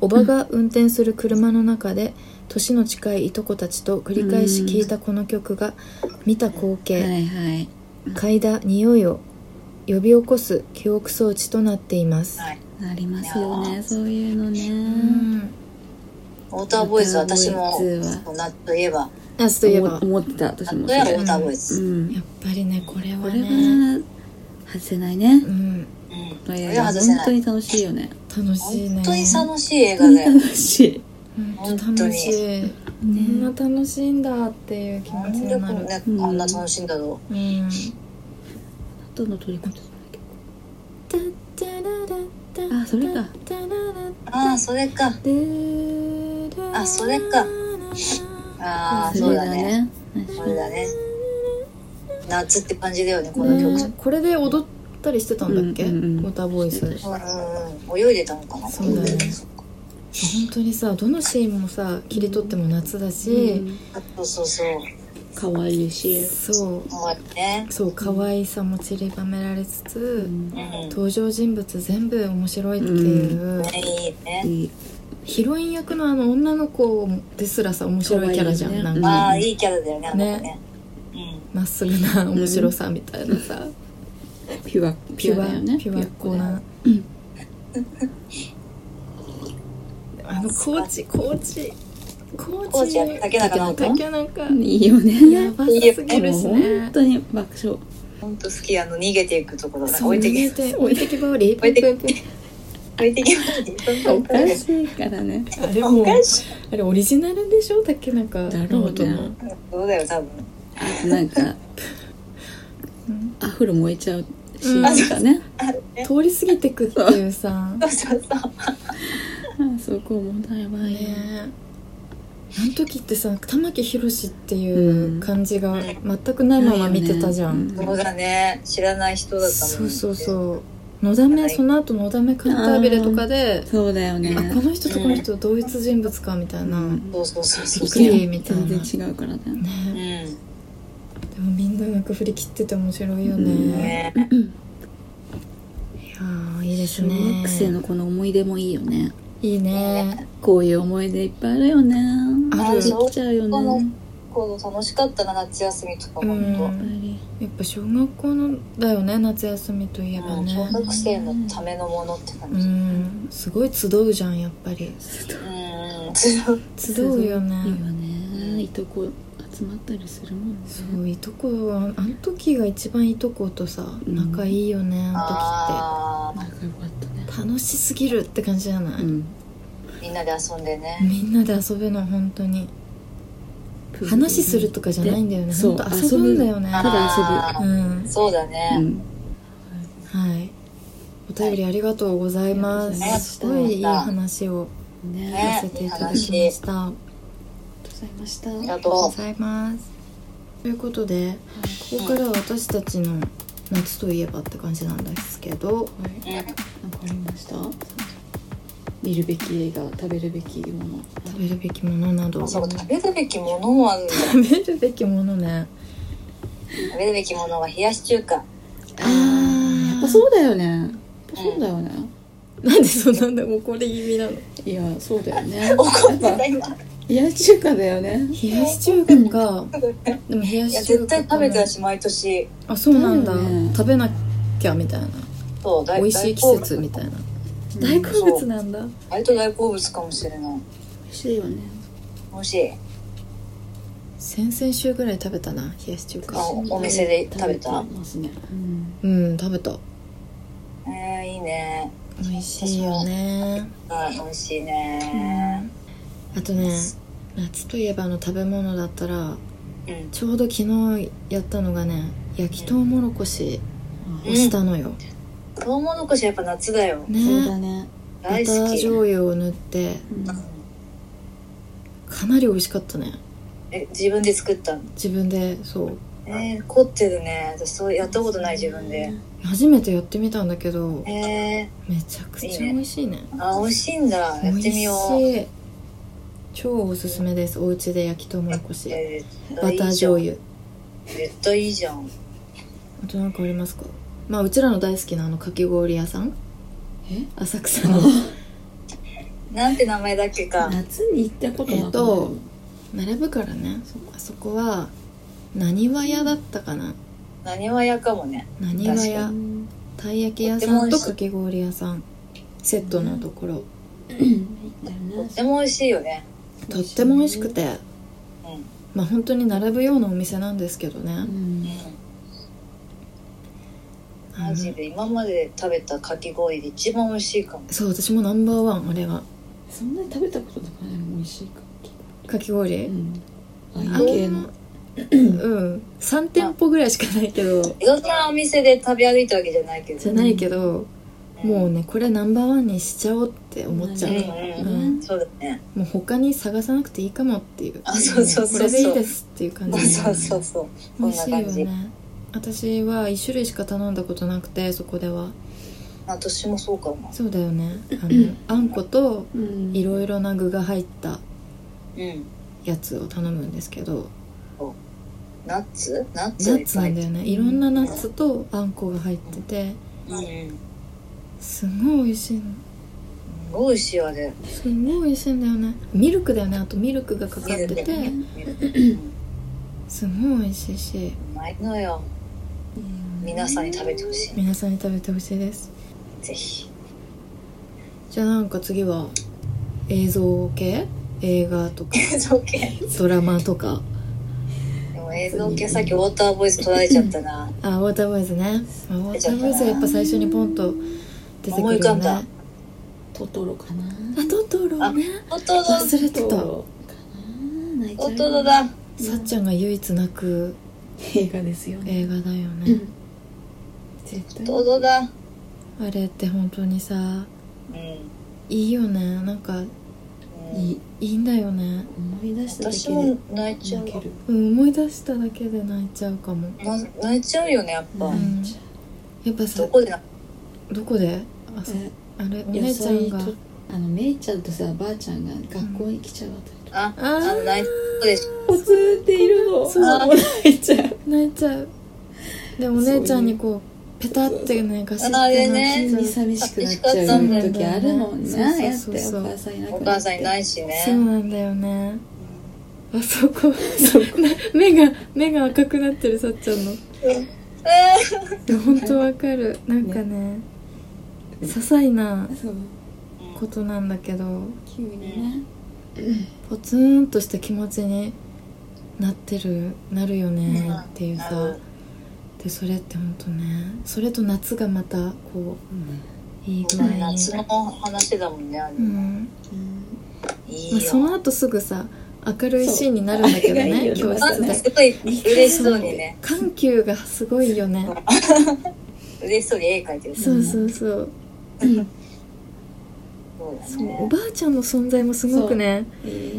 [SPEAKER 1] おばが運転する車の中で年の近いいとこたちと繰り返し聴いたこの曲が見た光景、
[SPEAKER 2] はいはい
[SPEAKER 1] 嗅いだ匂いを呼び起こす記憶装置となっています、
[SPEAKER 3] はい。
[SPEAKER 2] ありますよ
[SPEAKER 3] いや
[SPEAKER 2] ねそういうの
[SPEAKER 1] う
[SPEAKER 2] ね
[SPEAKER 1] ん
[SPEAKER 3] ウォーターボーイズ、
[SPEAKER 2] ウォーターボーイ
[SPEAKER 3] 私
[SPEAKER 2] ズ
[SPEAKER 3] も
[SPEAKER 2] は、
[SPEAKER 3] 夏といえば、
[SPEAKER 1] 夏といえば
[SPEAKER 2] 思思ってた私
[SPEAKER 3] 夏
[SPEAKER 2] も
[SPEAKER 3] といえばウ
[SPEAKER 2] そ
[SPEAKER 3] ォーターボーイズ。
[SPEAKER 2] れうん
[SPEAKER 1] やっぱりねこれ
[SPEAKER 2] こ
[SPEAKER 1] は
[SPEAKER 2] れ
[SPEAKER 1] ね
[SPEAKER 2] は外せないね
[SPEAKER 1] うん
[SPEAKER 3] うん。
[SPEAKER 2] こ
[SPEAKER 3] こ
[SPEAKER 2] れ
[SPEAKER 3] れは外せ
[SPEAKER 2] 本
[SPEAKER 3] な
[SPEAKER 2] 当
[SPEAKER 3] い。
[SPEAKER 2] に楽しいよね
[SPEAKER 1] 楽しいね
[SPEAKER 3] 本当に楽しい映画だよ。
[SPEAKER 2] 楽しい
[SPEAKER 1] 本当楽しい、こんな
[SPEAKER 2] ね
[SPEAKER 1] 楽しいんだっていう気
[SPEAKER 3] な
[SPEAKER 1] 持ち
[SPEAKER 3] ん
[SPEAKER 1] に
[SPEAKER 3] でこ
[SPEAKER 1] なる
[SPEAKER 3] んな、あんな楽しいんだろ
[SPEAKER 1] うん
[SPEAKER 3] う。
[SPEAKER 2] ただの取り込んでたんだっけ
[SPEAKER 1] あ
[SPEAKER 2] あそれか
[SPEAKER 3] ああ、それか。あそれかああ、そうだね。それだね。夏って感じだよね、この曲。
[SPEAKER 1] ねこれで踊ったりしてたんだっけ、
[SPEAKER 2] うんうんうん
[SPEAKER 1] モーターボーイス
[SPEAKER 3] うんうんうん。泳いでたのかな、
[SPEAKER 1] そうだね
[SPEAKER 3] そっか
[SPEAKER 1] 本当にさどのシーンもさ切り取っても夏だし、
[SPEAKER 3] そうそうそう。
[SPEAKER 2] かわいいし
[SPEAKER 1] そう
[SPEAKER 3] ほんまにね。
[SPEAKER 1] そう可愛さも散りばめられつ
[SPEAKER 2] う
[SPEAKER 1] つ、
[SPEAKER 2] ん
[SPEAKER 3] うん。
[SPEAKER 1] 登場人物全部面白いっていう、
[SPEAKER 3] ねいいね。
[SPEAKER 2] いい
[SPEAKER 1] ヒロイン役のあの女の子ですらさ面白いキャラじゃん、
[SPEAKER 2] 可愛いよ
[SPEAKER 1] な
[SPEAKER 2] ね
[SPEAKER 1] んか
[SPEAKER 3] ああ、いいキャラだよね、あの子ね。うん。
[SPEAKER 1] まっすぐな面白さみたいなさ、
[SPEAKER 2] ピュア
[SPEAKER 1] ピ
[SPEAKER 2] ピュ
[SPEAKER 1] ュ
[SPEAKER 2] ア
[SPEAKER 1] ア
[SPEAKER 2] だよね
[SPEAKER 1] ピュアっ子な、あのコーチコーチコ
[SPEAKER 3] コーチは竹中直人
[SPEAKER 1] 竹中
[SPEAKER 2] ピュアだよねいいよ
[SPEAKER 1] や
[SPEAKER 2] ね
[SPEAKER 1] ばすぎるし
[SPEAKER 2] もう本
[SPEAKER 1] ね
[SPEAKER 2] 当に爆笑
[SPEAKER 3] ほんと好き、あの、逃げていくところが、
[SPEAKER 1] そう
[SPEAKER 3] 置いて
[SPEAKER 1] 逃
[SPEAKER 3] け
[SPEAKER 1] げ、て置いてきぼり
[SPEAKER 3] 置いて
[SPEAKER 1] プンプンプン
[SPEAKER 3] 置いてけないで。
[SPEAKER 2] おかしいからね
[SPEAKER 1] あれも
[SPEAKER 3] お
[SPEAKER 1] う
[SPEAKER 3] かしい。
[SPEAKER 1] あれオリジナルでしょ竹中
[SPEAKER 2] だろうね
[SPEAKER 1] の
[SPEAKER 3] そうだよ、多分。
[SPEAKER 2] あとなんか
[SPEAKER 1] うん
[SPEAKER 2] アフロ燃えちゃうシーンとかね
[SPEAKER 3] あるね。
[SPEAKER 1] 通り過ぎてくっていうさ
[SPEAKER 3] そうそうそう。
[SPEAKER 2] あそこもだやばいね
[SPEAKER 1] ねあの時ってさ玉木宏っていううん感じが全くないまま見てたじゃん、
[SPEAKER 3] そうだね。知らない人だったも
[SPEAKER 1] そう
[SPEAKER 3] ん
[SPEAKER 1] そう
[SPEAKER 3] う。
[SPEAKER 1] そうのだめその後のだめカンタービレとかで
[SPEAKER 2] そうだよね
[SPEAKER 1] あこの人とこの人同一人物かみたいな、
[SPEAKER 2] うん
[SPEAKER 3] そうそうそうそ
[SPEAKER 1] び
[SPEAKER 3] う
[SPEAKER 1] っ
[SPEAKER 3] そ
[SPEAKER 1] く
[SPEAKER 3] う。
[SPEAKER 1] りみたいな
[SPEAKER 2] 全
[SPEAKER 1] ね
[SPEAKER 2] 然違うからね
[SPEAKER 3] うん。
[SPEAKER 1] でもみんななんか振り切ってて面白いよ
[SPEAKER 2] うん
[SPEAKER 1] ね、
[SPEAKER 3] ね
[SPEAKER 1] いやーいいです
[SPEAKER 2] 小
[SPEAKER 1] ね
[SPEAKER 2] 学生のこの思い出もいいよね
[SPEAKER 1] いいね
[SPEAKER 2] こういう思い出いっぱいあるよね
[SPEAKER 1] あ
[SPEAKER 3] る
[SPEAKER 2] ちっちゃいよ
[SPEAKER 3] この
[SPEAKER 2] ね
[SPEAKER 3] この楽しかったな夏休みとか
[SPEAKER 1] う
[SPEAKER 3] も
[SPEAKER 1] ん
[SPEAKER 3] 本
[SPEAKER 1] やっぱ小学校のだよね夏休みといえ
[SPEAKER 3] 当、
[SPEAKER 1] ば
[SPEAKER 3] うん、小
[SPEAKER 1] ね
[SPEAKER 3] 学生のためのものって感
[SPEAKER 1] う
[SPEAKER 3] じうん
[SPEAKER 1] んすごい集うじゃんやっぱり
[SPEAKER 3] うん
[SPEAKER 1] 集うよね
[SPEAKER 2] いいわねいとこ集まったりするもんね
[SPEAKER 1] そういとこはあの時が一番いとことさ
[SPEAKER 2] うん
[SPEAKER 1] 仲いいよね、あ
[SPEAKER 3] ああ
[SPEAKER 2] 仲良かったね
[SPEAKER 1] の時って楽しすぎるって感じじゃない、
[SPEAKER 2] うん
[SPEAKER 3] みんなで遊んでね
[SPEAKER 1] みんなで遊ぶの本当に
[SPEAKER 2] プール
[SPEAKER 1] 話するとかじゃないんだよね
[SPEAKER 2] そう
[SPEAKER 1] 本当遊ぶんだよね
[SPEAKER 2] ただ
[SPEAKER 1] う
[SPEAKER 3] 遊ぶ
[SPEAKER 1] ん
[SPEAKER 3] そうだ
[SPEAKER 2] 遊ぶう
[SPEAKER 3] ね、
[SPEAKER 2] ん
[SPEAKER 1] はいお便りありがとうございます、
[SPEAKER 3] はい
[SPEAKER 1] すごいいい話を
[SPEAKER 2] ね
[SPEAKER 3] ね
[SPEAKER 1] させていただきました、
[SPEAKER 2] ありがとうございました
[SPEAKER 3] ありが
[SPEAKER 1] ありがとうご
[SPEAKER 3] と
[SPEAKER 1] ざいますということでここからは私たちの夏といえばって感じなんですけど
[SPEAKER 2] はい、
[SPEAKER 3] う、うん、
[SPEAKER 2] なんかありました見るべき映画食べるべきもの
[SPEAKER 1] 食べるべきものなど
[SPEAKER 3] あそう
[SPEAKER 1] 食
[SPEAKER 3] か食べるべきものもあるんだ
[SPEAKER 1] べるべきものね
[SPEAKER 3] 食べるべきものは冷やし
[SPEAKER 1] [laughs]
[SPEAKER 3] 中華
[SPEAKER 1] あー
[SPEAKER 2] やっぱそうだよねやっぱそうだよね、
[SPEAKER 1] なんでそんなんで怒り気味なの
[SPEAKER 2] いやそうだよ [laughs] ね
[SPEAKER 3] 怒ってた今
[SPEAKER 2] 冷やし中華だよね
[SPEAKER 1] 冷やし中華かでも冷や
[SPEAKER 3] いや
[SPEAKER 1] し中華
[SPEAKER 3] 絶対食べてたし毎年
[SPEAKER 1] あそうなんだ、
[SPEAKER 2] だよね
[SPEAKER 1] 食べなきゃみたいな
[SPEAKER 3] そう大
[SPEAKER 1] 美味しい季節みたいな大好物なんだ
[SPEAKER 3] 割と大好物かもしれない
[SPEAKER 2] 美味しいよね
[SPEAKER 3] 美味しい
[SPEAKER 1] 先々週ぐらい食べたな冷やし中華
[SPEAKER 3] あお店で食べた
[SPEAKER 2] てますね、うん、
[SPEAKER 1] うん食べた
[SPEAKER 3] えー、いいね
[SPEAKER 1] 美味しいよね
[SPEAKER 3] はい美味しいね
[SPEAKER 1] あとね夏といえばあの食べ物だったら
[SPEAKER 3] うん
[SPEAKER 1] ちょうど昨日やったのがね焼きとうもろこしをしたのよ、
[SPEAKER 3] トウモロコシやっぱ夏だよ
[SPEAKER 2] そう
[SPEAKER 1] ね
[SPEAKER 2] だね
[SPEAKER 1] バタ
[SPEAKER 3] 大
[SPEAKER 1] ー
[SPEAKER 3] 好き
[SPEAKER 1] 醤油を塗って
[SPEAKER 3] うん
[SPEAKER 1] かなり美味しかったね
[SPEAKER 3] え自分で作ったの
[SPEAKER 1] 自分でそう
[SPEAKER 3] えー、凝ってるね私そうやったことない自分で
[SPEAKER 1] 初めてやってみたんだけど
[SPEAKER 3] え
[SPEAKER 1] めちゃくちゃ美味しいね
[SPEAKER 3] ー、あ美味しいん
[SPEAKER 1] 美
[SPEAKER 3] だやって
[SPEAKER 1] 味
[SPEAKER 3] み
[SPEAKER 1] し
[SPEAKER 3] よう
[SPEAKER 1] い超おすすめですお家で焼きとうもろこし
[SPEAKER 3] えー
[SPEAKER 1] バター醤油
[SPEAKER 3] 絶対いいじゃん絶
[SPEAKER 1] あとなんかありますかまあうちらの大好きなあのかき氷屋さん
[SPEAKER 2] え
[SPEAKER 1] 浅草の
[SPEAKER 3] 対いいじゃんなんて名前だっけか
[SPEAKER 2] 夏に行ったことなかった
[SPEAKER 1] えっと並ぶからねあそこは何和屋だったかな
[SPEAKER 3] 何はやかもね
[SPEAKER 1] 何和屋
[SPEAKER 2] うん
[SPEAKER 1] たい焼き屋さんとかき氷屋さんセットのところ
[SPEAKER 2] だよ
[SPEAKER 3] とっ
[SPEAKER 2] ね
[SPEAKER 3] ても美味しいよね
[SPEAKER 1] とっても美味しくて
[SPEAKER 3] うん
[SPEAKER 1] まあ本当に並ぶようなお店なんですけど
[SPEAKER 2] う
[SPEAKER 1] ね
[SPEAKER 2] ん
[SPEAKER 3] うん
[SPEAKER 1] あ
[SPEAKER 3] マ
[SPEAKER 1] の
[SPEAKER 3] ジで今まで食べたかき氷で一番美味しいかも
[SPEAKER 1] そう私もナンバーワンあれは
[SPEAKER 2] そんなに食べたことなくない美味しいか
[SPEAKER 1] かき氷
[SPEAKER 2] んあ
[SPEAKER 1] あ
[SPEAKER 2] あいう系の
[SPEAKER 1] のうん3店舗ぐらいしかないけど
[SPEAKER 3] いろんなお店で食べ歩いたわけじゃないけど。
[SPEAKER 1] じゃないけど、もうねこれナンバーワンにしちゃおうって思っちゃう、
[SPEAKER 3] うんうん
[SPEAKER 1] う
[SPEAKER 3] うんん。そうだね。
[SPEAKER 1] もう他に探さなくていいかもっていう
[SPEAKER 3] あそうそうそうそ
[SPEAKER 1] こ
[SPEAKER 3] う
[SPEAKER 1] れでいいですっていう感じ
[SPEAKER 3] そうそうそう。
[SPEAKER 1] 美
[SPEAKER 3] そん
[SPEAKER 1] 味
[SPEAKER 3] な
[SPEAKER 1] しいよ
[SPEAKER 3] 感じ。
[SPEAKER 1] ね私は1種類しか頼んだことなくてそこでは
[SPEAKER 3] 私もそうかも。
[SPEAKER 1] そうだよねあのあんこと
[SPEAKER 2] うん
[SPEAKER 1] いろいろな具が入った
[SPEAKER 3] うん。
[SPEAKER 1] やつを頼むんですけど
[SPEAKER 3] ナッツナッツ
[SPEAKER 1] ナッツなんだよねいろんなナッツとあんこが入ってて
[SPEAKER 3] うん。す
[SPEAKER 1] すごい美味しいの
[SPEAKER 3] ごい美味しいあれ。
[SPEAKER 1] すごい美味しいんだよねミルクだよねあとミルクがかかってて
[SPEAKER 3] 見るね
[SPEAKER 1] すごい美味しいし
[SPEAKER 3] うまいのよ。皆さんに食べてほし
[SPEAKER 1] 皆さんに食べてほしいです
[SPEAKER 3] い。ぜひ。
[SPEAKER 1] じゃあなんか次は映像系映画
[SPEAKER 3] [laughs]
[SPEAKER 1] とか
[SPEAKER 3] 映像系。
[SPEAKER 1] ドラマとか
[SPEAKER 3] でも映像系さっきウォーターボーイズ取られちゃったな。
[SPEAKER 1] あウォーターボーイズねウォーターボーイズはやっぱ最初にポンと出てく
[SPEAKER 3] 思い
[SPEAKER 1] る
[SPEAKER 3] 浮か
[SPEAKER 1] よ
[SPEAKER 3] ん
[SPEAKER 1] ね
[SPEAKER 3] だ
[SPEAKER 1] あ
[SPEAKER 2] トトロかな
[SPEAKER 1] トトロね
[SPEAKER 3] 本当だ。
[SPEAKER 1] 忘れてた
[SPEAKER 2] かな泣いちゃう
[SPEAKER 3] 本当だ。
[SPEAKER 1] さっちゃんが唯一泣く
[SPEAKER 2] 映画ですよね
[SPEAKER 1] 映画だよね
[SPEAKER 2] 絶対
[SPEAKER 3] 本当だ。
[SPEAKER 1] あれって本当にさ
[SPEAKER 3] うん。
[SPEAKER 1] いいよねなんか
[SPEAKER 3] うん
[SPEAKER 2] いい
[SPEAKER 1] いいんだよね
[SPEAKER 2] 思い出しただ
[SPEAKER 3] 私
[SPEAKER 2] け
[SPEAKER 3] も
[SPEAKER 2] で
[SPEAKER 3] 泣いちゃう
[SPEAKER 2] 泣
[SPEAKER 3] わ
[SPEAKER 2] ける
[SPEAKER 1] うん思い出しただけで泣いちゃうかも
[SPEAKER 3] な泣いちゃうよねやっぱ、
[SPEAKER 1] んやっぱさ
[SPEAKER 3] どこで泣
[SPEAKER 1] どこであそう
[SPEAKER 2] え
[SPEAKER 1] あれお
[SPEAKER 2] 野
[SPEAKER 1] 姉ちゃん
[SPEAKER 2] 菜
[SPEAKER 1] が
[SPEAKER 2] とあのめいちゃんとさばあちゃんが学校に来ちゃうあたりとか
[SPEAKER 3] あ
[SPEAKER 1] あ
[SPEAKER 3] あの
[SPEAKER 1] ー
[SPEAKER 3] 泣いちゃうでしょ
[SPEAKER 2] ポツっているの
[SPEAKER 1] そう
[SPEAKER 3] あ
[SPEAKER 2] 泣いちゃう
[SPEAKER 1] 泣いちゃうでお姉ちゃんにこうペタってねガシッ
[SPEAKER 3] あ
[SPEAKER 1] て
[SPEAKER 3] れ
[SPEAKER 1] 泣
[SPEAKER 3] ね
[SPEAKER 1] い
[SPEAKER 2] 急に
[SPEAKER 1] ちゃう
[SPEAKER 2] 寂しくなっちゃう時あるもん
[SPEAKER 1] そう
[SPEAKER 2] なやっ
[SPEAKER 1] そ
[SPEAKER 2] て
[SPEAKER 1] うそう
[SPEAKER 2] お母さんいなく
[SPEAKER 3] お
[SPEAKER 2] なって
[SPEAKER 3] 母さんいないしね
[SPEAKER 1] そうなんだよねあそこ [laughs] 目が目が赤くなってるさっちゃんの
[SPEAKER 3] え
[SPEAKER 1] いや本当わかるなんかね些細な
[SPEAKER 2] そう
[SPEAKER 1] ことなんだけど
[SPEAKER 2] 急にね
[SPEAKER 1] ポツンとした気持ちになってるなるよねっていう
[SPEAKER 3] な
[SPEAKER 1] さ
[SPEAKER 3] る
[SPEAKER 1] でそれって本当ねそれと夏がまたこういい
[SPEAKER 3] ー
[SPEAKER 1] 具合に
[SPEAKER 3] 夏の話だもんねあれ、
[SPEAKER 1] うん
[SPEAKER 3] いい
[SPEAKER 1] まあ、
[SPEAKER 3] よ、
[SPEAKER 1] その後すぐさ明るいシーンになるんだけど
[SPEAKER 2] そうあれがいい
[SPEAKER 1] ね
[SPEAKER 2] よね
[SPEAKER 1] 教
[SPEAKER 3] なん
[SPEAKER 1] 室
[SPEAKER 3] か
[SPEAKER 1] です
[SPEAKER 3] ごい嬉しそうにね
[SPEAKER 1] 緩急がすごいよね
[SPEAKER 3] 嬉しそうに絵描いてる
[SPEAKER 1] そうそうそう
[SPEAKER 3] そうだ
[SPEAKER 1] そうおば
[SPEAKER 3] ね
[SPEAKER 1] あちゃんの存在もすごくね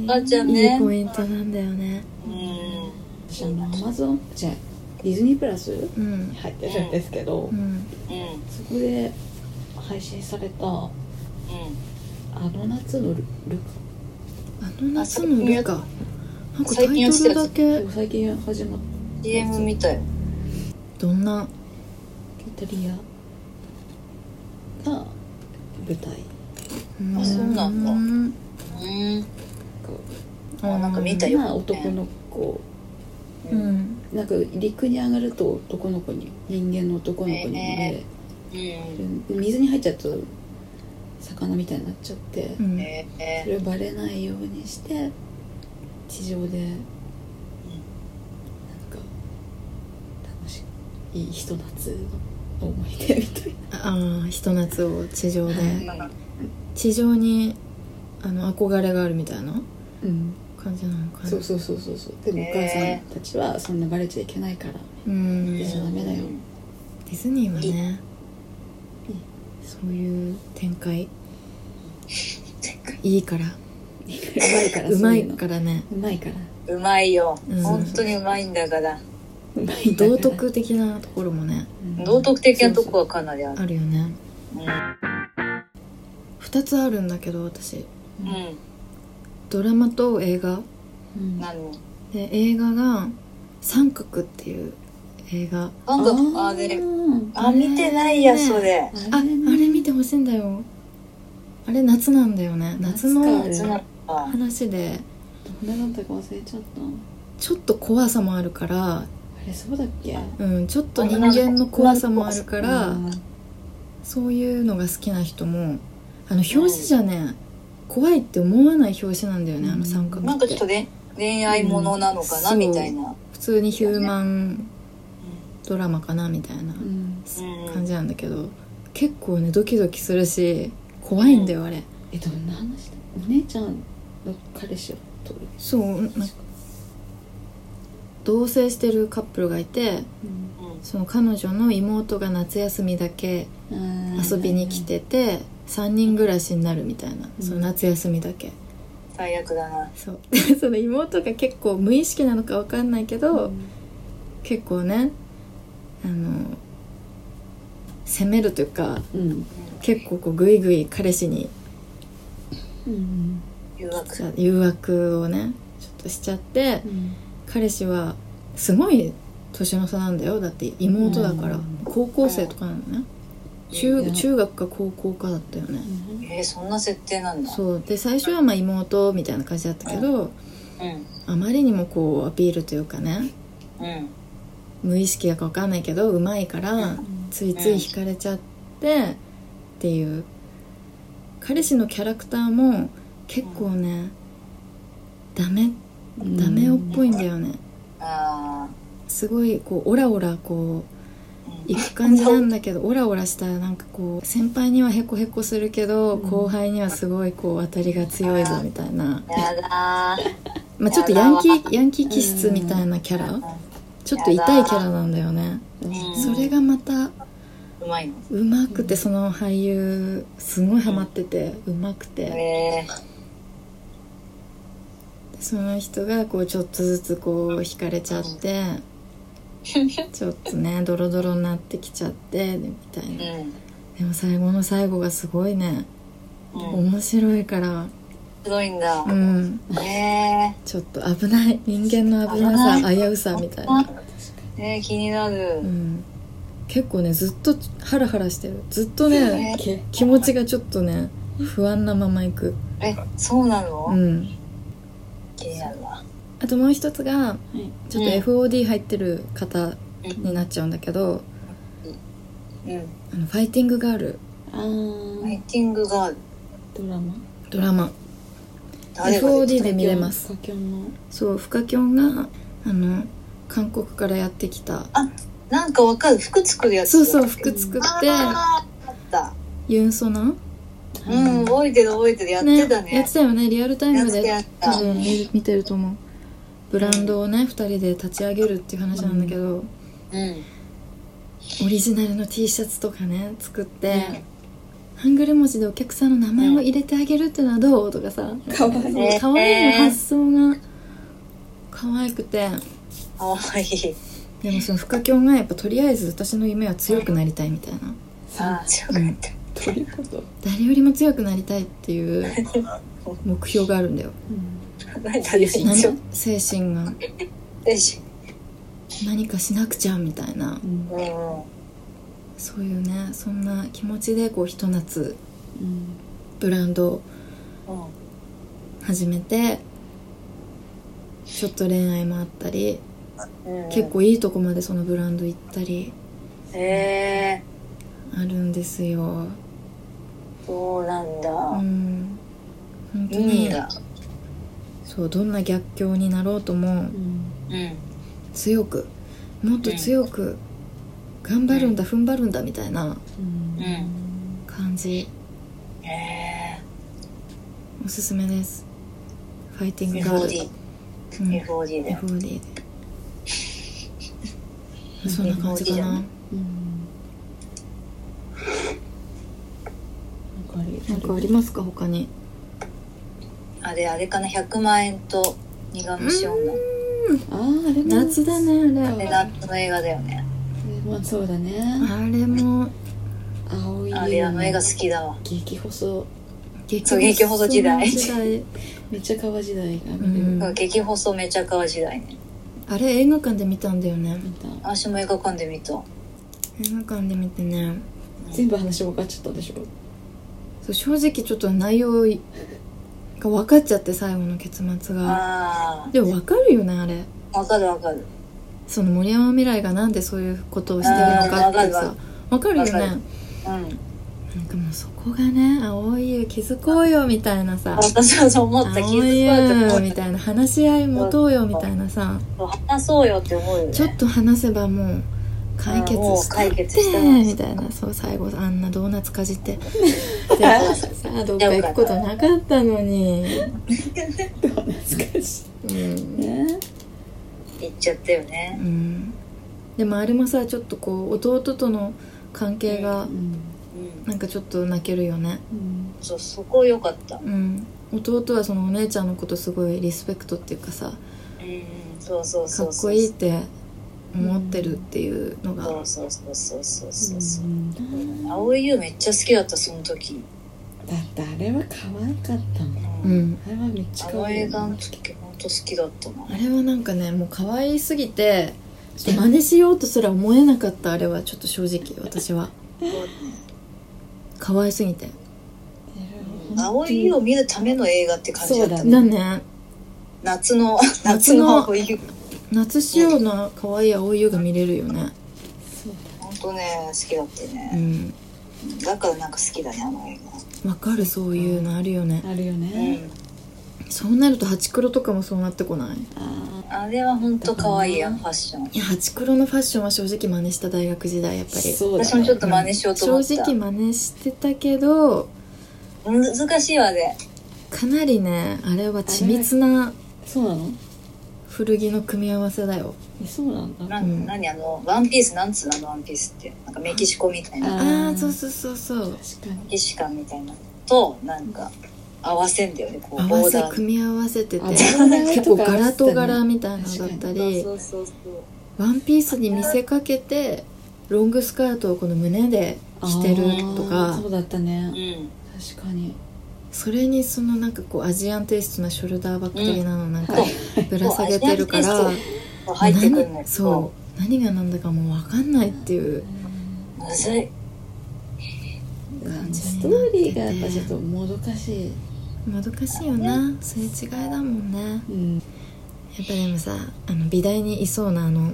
[SPEAKER 3] おばあちゃんね
[SPEAKER 1] いいポイントなんだよね
[SPEAKER 3] うん
[SPEAKER 2] 私あのアマゾンじゃあディズニープラス
[SPEAKER 1] う
[SPEAKER 2] に
[SPEAKER 1] ん
[SPEAKER 2] 入ってるんですけど
[SPEAKER 1] うん
[SPEAKER 3] うん
[SPEAKER 2] そこで配信された「あの夏のルル
[SPEAKER 1] あの夏のルカなんかタ
[SPEAKER 3] 最近
[SPEAKER 1] イ
[SPEAKER 3] やっ
[SPEAKER 1] ト
[SPEAKER 3] て
[SPEAKER 1] ル
[SPEAKER 3] たや
[SPEAKER 1] だ
[SPEAKER 3] つ
[SPEAKER 1] け
[SPEAKER 2] カ」最近始まっ
[SPEAKER 3] うん CM 見たよ
[SPEAKER 1] どんな
[SPEAKER 2] たイタリアが舞台
[SPEAKER 1] あ
[SPEAKER 3] そうなんだ
[SPEAKER 1] ん
[SPEAKER 3] うん
[SPEAKER 2] こ
[SPEAKER 3] あなんか見た
[SPEAKER 2] う
[SPEAKER 3] よ
[SPEAKER 2] まあ男の子
[SPEAKER 1] う
[SPEAKER 3] うん
[SPEAKER 1] ん
[SPEAKER 2] なんか陸に上がると男の子に人間の男の子になれ
[SPEAKER 3] えうん
[SPEAKER 2] る水に入っちゃうと魚みたいになっちゃって
[SPEAKER 1] うん
[SPEAKER 3] え
[SPEAKER 2] そ
[SPEAKER 3] ー
[SPEAKER 2] れをバレないようにして地上でなんか楽しいいいひと夏の思い出みたい
[SPEAKER 1] ああひと夏を地上
[SPEAKER 2] はい
[SPEAKER 1] で
[SPEAKER 3] なんか
[SPEAKER 1] 地上にあの憧れがあるみたいな
[SPEAKER 2] な、うん、
[SPEAKER 1] 感じなのかな
[SPEAKER 2] そうそうそうそうそうでもお母さんたちはそんなバレちゃいけないから
[SPEAKER 1] うん
[SPEAKER 2] 出ちゃダメだよ
[SPEAKER 1] ディズニーはね
[SPEAKER 2] いい
[SPEAKER 1] そういう展開いいから
[SPEAKER 2] うまいから
[SPEAKER 1] う
[SPEAKER 2] そ
[SPEAKER 1] ま
[SPEAKER 2] う
[SPEAKER 1] い
[SPEAKER 2] いうの
[SPEAKER 1] からね
[SPEAKER 2] うまいから
[SPEAKER 3] うまいよ、
[SPEAKER 1] うん
[SPEAKER 3] 本当にうまいんだから
[SPEAKER 2] うまいんだから
[SPEAKER 1] 道徳的なところもね
[SPEAKER 2] うん
[SPEAKER 3] 道徳的なとこはかなりある
[SPEAKER 1] あるよね
[SPEAKER 3] うん
[SPEAKER 1] 2つあるんだけど私
[SPEAKER 3] うん
[SPEAKER 1] ドラマと映画
[SPEAKER 2] うん
[SPEAKER 3] 何
[SPEAKER 1] で映画が「三角」っていう映画
[SPEAKER 3] なんかあ
[SPEAKER 2] ー
[SPEAKER 3] れ
[SPEAKER 2] あ
[SPEAKER 3] あ見てないや
[SPEAKER 1] ね
[SPEAKER 3] それ
[SPEAKER 1] ああ
[SPEAKER 2] れね
[SPEAKER 1] れ見てほしいんだよあれ夏なんだよね夏
[SPEAKER 2] 夏
[SPEAKER 1] の
[SPEAKER 2] か
[SPEAKER 3] 夏なんか
[SPEAKER 1] 話で
[SPEAKER 2] どんなだったか忘れちゃった
[SPEAKER 1] ちょっと怖さもあるから、
[SPEAKER 2] あれそうだっけ
[SPEAKER 1] うん、ちょっと人間の怖さもあるから
[SPEAKER 2] うん
[SPEAKER 1] そういうのが好きな人もあの表紙じゃね、怖いって思わない表紙なんだよねあの三角
[SPEAKER 3] なんかちょっとね恋愛ものなのかな
[SPEAKER 1] うん
[SPEAKER 3] みたいな
[SPEAKER 1] 普通にヒューマンドラマかなみたいな
[SPEAKER 2] うん
[SPEAKER 3] うん
[SPEAKER 1] 感じなんだけど結構ねドキドキするし怖いんだよあれ
[SPEAKER 2] えどんな話だお姉ちゃんの彼氏を取る
[SPEAKER 1] そうな同棲してるカップルがいて
[SPEAKER 2] うん
[SPEAKER 1] その彼女の妹が夏休みだけ
[SPEAKER 2] うん
[SPEAKER 1] 遊びに来てて3人暮らしになるみたいな
[SPEAKER 2] うん
[SPEAKER 1] その夏休みだけ
[SPEAKER 3] 最悪だな。
[SPEAKER 1] そうで [laughs] その妹が結構無意識なのか分かんないけど、結構ねあの責めるというか
[SPEAKER 2] うん
[SPEAKER 1] 結構こうグイグイ彼氏に
[SPEAKER 2] うん
[SPEAKER 3] 誘惑。
[SPEAKER 1] ちょ誘惑をねちょっとしちゃって
[SPEAKER 2] うん
[SPEAKER 1] 彼氏はすごい年の差なんだよだって妹だから、
[SPEAKER 2] うん
[SPEAKER 1] 高校生とかなのね、
[SPEAKER 2] いい
[SPEAKER 1] 中
[SPEAKER 2] ね
[SPEAKER 1] 中学か高校かだったよね、
[SPEAKER 3] えー、そんな設定なんだ。
[SPEAKER 1] そうで最初はまあ妹みたいな感じだったけど、
[SPEAKER 3] うん。
[SPEAKER 1] あまりにもこうアピールというかね
[SPEAKER 3] うん。
[SPEAKER 1] 無意識だか分かんないけどうまいからついつい惹かれちゃってっていう彼氏のキャラクターも結構ねダメ
[SPEAKER 2] うん
[SPEAKER 1] ダメ男っぽいんだよね
[SPEAKER 3] あ
[SPEAKER 1] すごいこうオラオラこう
[SPEAKER 3] あ。うん
[SPEAKER 1] いく感じなんだけどオラオラしたなんかこう先輩にはヘコヘコするけど
[SPEAKER 2] うん
[SPEAKER 1] 後輩にはすごいこう当たりが強いぞみたいな、
[SPEAKER 3] やだー。
[SPEAKER 1] まあ、ちょっとヤンキーヤンキー気質みたいなキャラちょっと痛いキャラなんだよね
[SPEAKER 3] うん
[SPEAKER 1] それがまた
[SPEAKER 3] うまいの。
[SPEAKER 1] うまくてその俳優すごいハマっててうまくて
[SPEAKER 3] え
[SPEAKER 1] その人がこうちょっとずつこう惹かれちゃってちょっとねドロドロになってきちゃってみたいな
[SPEAKER 3] ー。
[SPEAKER 1] でも最後の最後がすごいね
[SPEAKER 3] うん。うん。
[SPEAKER 1] 面白いから
[SPEAKER 3] すごいんだ
[SPEAKER 1] う。ん
[SPEAKER 3] え
[SPEAKER 1] ちょっと危ない人間の危なさ危うさみたいな、
[SPEAKER 3] ー。えー、気にな
[SPEAKER 1] う
[SPEAKER 3] る。
[SPEAKER 1] ん、結構ねずっとハラハラしてるずっとね
[SPEAKER 2] け
[SPEAKER 1] 気持ちがちょっとね不安なままいく
[SPEAKER 3] え、そうな
[SPEAKER 1] う
[SPEAKER 3] の
[SPEAKER 1] ん
[SPEAKER 3] 気になるわ。
[SPEAKER 1] あともう一つが
[SPEAKER 2] はい
[SPEAKER 1] ちょっと FOD 入ってる方になっちゃうんだけど、
[SPEAKER 3] うん。
[SPEAKER 1] あのファイティングガール
[SPEAKER 2] あ
[SPEAKER 3] ファイ
[SPEAKER 2] ー
[SPEAKER 3] ティングガール。
[SPEAKER 2] ドラマ
[SPEAKER 1] ドラマ
[SPEAKER 3] 誰が出て
[SPEAKER 1] FOD で見れます
[SPEAKER 2] 歌曲の
[SPEAKER 1] そうフカキョンがあの韓国からやってきた
[SPEAKER 3] なんかわかる。服作るやつ。
[SPEAKER 1] そうそう服作っ
[SPEAKER 3] あ
[SPEAKER 1] て
[SPEAKER 3] あー、あった。
[SPEAKER 1] ユンソナ
[SPEAKER 3] うん、覚えてる覚えてる。やってた
[SPEAKER 1] や
[SPEAKER 3] ね
[SPEAKER 1] って。たよねリアルタイ
[SPEAKER 3] やっ
[SPEAKER 1] ム
[SPEAKER 3] てたや
[SPEAKER 1] で
[SPEAKER 3] ってた
[SPEAKER 1] 多。分見見てると思うブランドをね2人で立ち上げるっていう話なんだけど、
[SPEAKER 3] うん。
[SPEAKER 1] オリジナルの T シャツとかね作って、ハングル文字でお客さんの名前を入れてあげるってのはどうとかさ
[SPEAKER 2] かわいい
[SPEAKER 3] ね
[SPEAKER 1] 可愛いの発想が可愛くて
[SPEAKER 3] かわいい。
[SPEAKER 1] でもそのフカキョンがやっぱとりあえず私の夢は強くなりたいみたいな
[SPEAKER 3] ああ、強かった。
[SPEAKER 2] どういうこと
[SPEAKER 1] 誰よりも強くなりたいっていう
[SPEAKER 3] [laughs]
[SPEAKER 1] 目標があるんだよ
[SPEAKER 3] 何だよ、一
[SPEAKER 1] 何
[SPEAKER 3] 応。
[SPEAKER 1] 精神が
[SPEAKER 3] でし
[SPEAKER 1] 何かしなくちゃみたいな
[SPEAKER 2] うん
[SPEAKER 3] うんうん。
[SPEAKER 1] そういうねそんな気持ちでこうひと夏
[SPEAKER 2] うん
[SPEAKER 1] ブランドを
[SPEAKER 3] うん。
[SPEAKER 1] 始めてちょっと恋愛もあったり
[SPEAKER 3] うん
[SPEAKER 1] 結。構いいとこまでそのブランド行ったり
[SPEAKER 3] ええ
[SPEAKER 1] あるんですよ
[SPEAKER 3] ー、そうなん
[SPEAKER 1] う
[SPEAKER 3] だ。
[SPEAKER 1] ん本当
[SPEAKER 3] いい
[SPEAKER 1] に
[SPEAKER 3] んだ。
[SPEAKER 1] そうどんな逆境になろうとも
[SPEAKER 2] うん
[SPEAKER 3] うん。
[SPEAKER 1] 強くもっと強く頑張るんだ踏ん張るんだみたいな
[SPEAKER 2] うん
[SPEAKER 3] ん
[SPEAKER 1] 感じ
[SPEAKER 3] え
[SPEAKER 1] おすすめですファイティン
[SPEAKER 3] ー、
[SPEAKER 1] グガール
[SPEAKER 3] FOD。
[SPEAKER 1] うん
[SPEAKER 3] FOD だよ。
[SPEAKER 1] FOD で [laughs] そんな感じかな
[SPEAKER 2] うんなんかあり
[SPEAKER 1] なんかありますか他に
[SPEAKER 3] あれ、あれかな、100万円と苦虫女。
[SPEAKER 2] あーあれも
[SPEAKER 1] 夏だねあ
[SPEAKER 3] あ
[SPEAKER 1] れ
[SPEAKER 3] れ、夏の映画だよね。
[SPEAKER 2] まあそうだね
[SPEAKER 1] あれも
[SPEAKER 2] 青い
[SPEAKER 3] あれ、あの映画好きだわ。
[SPEAKER 2] 激細
[SPEAKER 1] 激
[SPEAKER 3] そう激細時代
[SPEAKER 1] 時代
[SPEAKER 2] めっちゃ川時代が
[SPEAKER 1] う
[SPEAKER 2] 見
[SPEAKER 1] ん
[SPEAKER 2] れる
[SPEAKER 3] 激細めちゃ川時代ね。
[SPEAKER 1] あれ映画館で見たんだよね
[SPEAKER 2] 見た
[SPEAKER 3] 私も映画館で見た。
[SPEAKER 1] 映画館で見てね
[SPEAKER 2] 全部話分かっちゃったでしょ
[SPEAKER 1] そう正直ちょっと内容が分かっちゃって最後の結末が
[SPEAKER 3] あ
[SPEAKER 1] でも分かるよねあれ
[SPEAKER 3] あ、わかるわかる。
[SPEAKER 1] その森山未来がなんでそういうことをしてるのかって
[SPEAKER 3] あー分かる
[SPEAKER 1] さ分かるよね
[SPEAKER 3] 分か
[SPEAKER 1] な
[SPEAKER 3] る
[SPEAKER 1] ん
[SPEAKER 3] うん。
[SPEAKER 1] かもうそこがね青い湯気づこうよみたいなさ
[SPEAKER 3] 私はそう思った。気
[SPEAKER 1] 青い
[SPEAKER 3] づかれ
[SPEAKER 1] 湯
[SPEAKER 3] て
[SPEAKER 1] みたいな話し合い持とうよみたいなさ
[SPEAKER 3] もう話そうよって思うよね。
[SPEAKER 1] ちょっと話せばもう解決
[SPEAKER 3] うんもう
[SPEAKER 1] した
[SPEAKER 3] 解決したわ
[SPEAKER 1] みたいなそう最後あんなドーナツかじってでさあどっか行くことなかったのに、
[SPEAKER 2] 懐かし
[SPEAKER 1] うん
[SPEAKER 2] いね
[SPEAKER 3] 行っちゃったよね
[SPEAKER 1] う。んでもあれもさちょっとこう弟との関係が
[SPEAKER 3] うん。
[SPEAKER 1] なんかちょっと泣けるよね
[SPEAKER 2] うん
[SPEAKER 3] そう、そこ良かった。
[SPEAKER 1] うん弟はそのお姉ちゃんのことすごいリスペクトっていうかさ
[SPEAKER 3] うん。そうそう
[SPEAKER 1] か
[SPEAKER 3] そ
[SPEAKER 1] っ
[SPEAKER 3] うそ
[SPEAKER 1] こ
[SPEAKER 3] う。
[SPEAKER 1] いいって思ってるっていうの
[SPEAKER 3] そう
[SPEAKER 1] が
[SPEAKER 3] そうそうそうそうそうそうう。
[SPEAKER 2] んだ
[SPEAKER 3] 青い優めっちゃ好きだった、その時。
[SPEAKER 2] ってあれは可愛かったもん
[SPEAKER 1] う。ん
[SPEAKER 2] あれはめっちゃ
[SPEAKER 3] あ
[SPEAKER 2] 可
[SPEAKER 3] の
[SPEAKER 2] 愛
[SPEAKER 3] 映
[SPEAKER 2] い
[SPEAKER 3] 画の時、ほんと好きだったな。
[SPEAKER 1] あれはなんかねもう可愛すぎてちょっと真似しようとすら思えなかったあれはちょっと正直私は可愛すぎて
[SPEAKER 3] 青い優を見るための映画って感じだった
[SPEAKER 2] そうだ
[SPEAKER 3] ね。
[SPEAKER 1] だね [laughs]
[SPEAKER 3] 夏の、
[SPEAKER 1] の
[SPEAKER 3] 夏の青い優。
[SPEAKER 1] 夏仕様の可愛い青い湯が見れるよね
[SPEAKER 2] そう
[SPEAKER 3] ほんとね、好きだったよ
[SPEAKER 1] う
[SPEAKER 3] ね。
[SPEAKER 1] ん
[SPEAKER 3] だからなんか好きだね、あの映
[SPEAKER 1] わかるそういうのあるよね
[SPEAKER 2] だあるよ
[SPEAKER 3] 画。う
[SPEAKER 2] ね、
[SPEAKER 3] ん。
[SPEAKER 1] そうなるとハチクロとかもそうなってこない
[SPEAKER 2] あ
[SPEAKER 3] あれはほんと可愛いやん、ファッション。
[SPEAKER 1] いやハチクロのファッションは正直真似した大学時代やっぱり
[SPEAKER 2] そうだ、ね、
[SPEAKER 3] 私もちょっと真似しようと思っ
[SPEAKER 1] 正
[SPEAKER 3] た
[SPEAKER 1] 直。真似してたけど
[SPEAKER 3] 難しいわね。
[SPEAKER 1] かなりねあれは緻密な
[SPEAKER 2] そうなの
[SPEAKER 1] 古着の組み合わせだよ
[SPEAKER 2] えそうなんだ
[SPEAKER 3] な
[SPEAKER 1] うん
[SPEAKER 3] ん、何あの、ワンピース、なんつうのあのワンピースって。なんかメキシコみたいな。
[SPEAKER 1] ああ
[SPEAKER 2] ー
[SPEAKER 1] ーそうそうそうそう
[SPEAKER 2] 確かに
[SPEAKER 3] メキシカンみたいな。と、なんか、合わせんだよね、こう、
[SPEAKER 1] 合
[SPEAKER 3] ボ
[SPEAKER 1] わ
[SPEAKER 3] ー
[SPEAKER 1] せ
[SPEAKER 3] ダー。
[SPEAKER 1] 組み合わせてて
[SPEAKER 2] あボーダー
[SPEAKER 1] 結
[SPEAKER 2] と
[SPEAKER 1] 構
[SPEAKER 2] か
[SPEAKER 1] 柄と柄みたいなのだったり
[SPEAKER 3] そうそうそうそう。
[SPEAKER 1] ワンピースに見せかけてロングスカートをこの胸で着てると
[SPEAKER 2] あ
[SPEAKER 1] か
[SPEAKER 2] ーそうだった
[SPEAKER 3] う
[SPEAKER 2] ね
[SPEAKER 3] ん。
[SPEAKER 2] 確かに
[SPEAKER 1] それにそのなんかこうアジアンテイストなショルダーバッグ的なのなんか
[SPEAKER 3] そう
[SPEAKER 1] ぶら下げてるから
[SPEAKER 3] そうアジアンテこう入ってくるんだ
[SPEAKER 1] 何
[SPEAKER 3] け
[SPEAKER 1] そ
[SPEAKER 3] ど、
[SPEAKER 1] う何が何だかもう分かんないっていう
[SPEAKER 3] むずい。
[SPEAKER 1] 感じ
[SPEAKER 2] ス
[SPEAKER 1] に
[SPEAKER 2] ト
[SPEAKER 1] なっ
[SPEAKER 2] ーリ
[SPEAKER 1] て
[SPEAKER 2] ーがやっぱちょってともどかしい、
[SPEAKER 1] もどかしいよなすれ違いだもんね
[SPEAKER 2] うん、
[SPEAKER 1] やっぱでもさあの美大にいそうなあの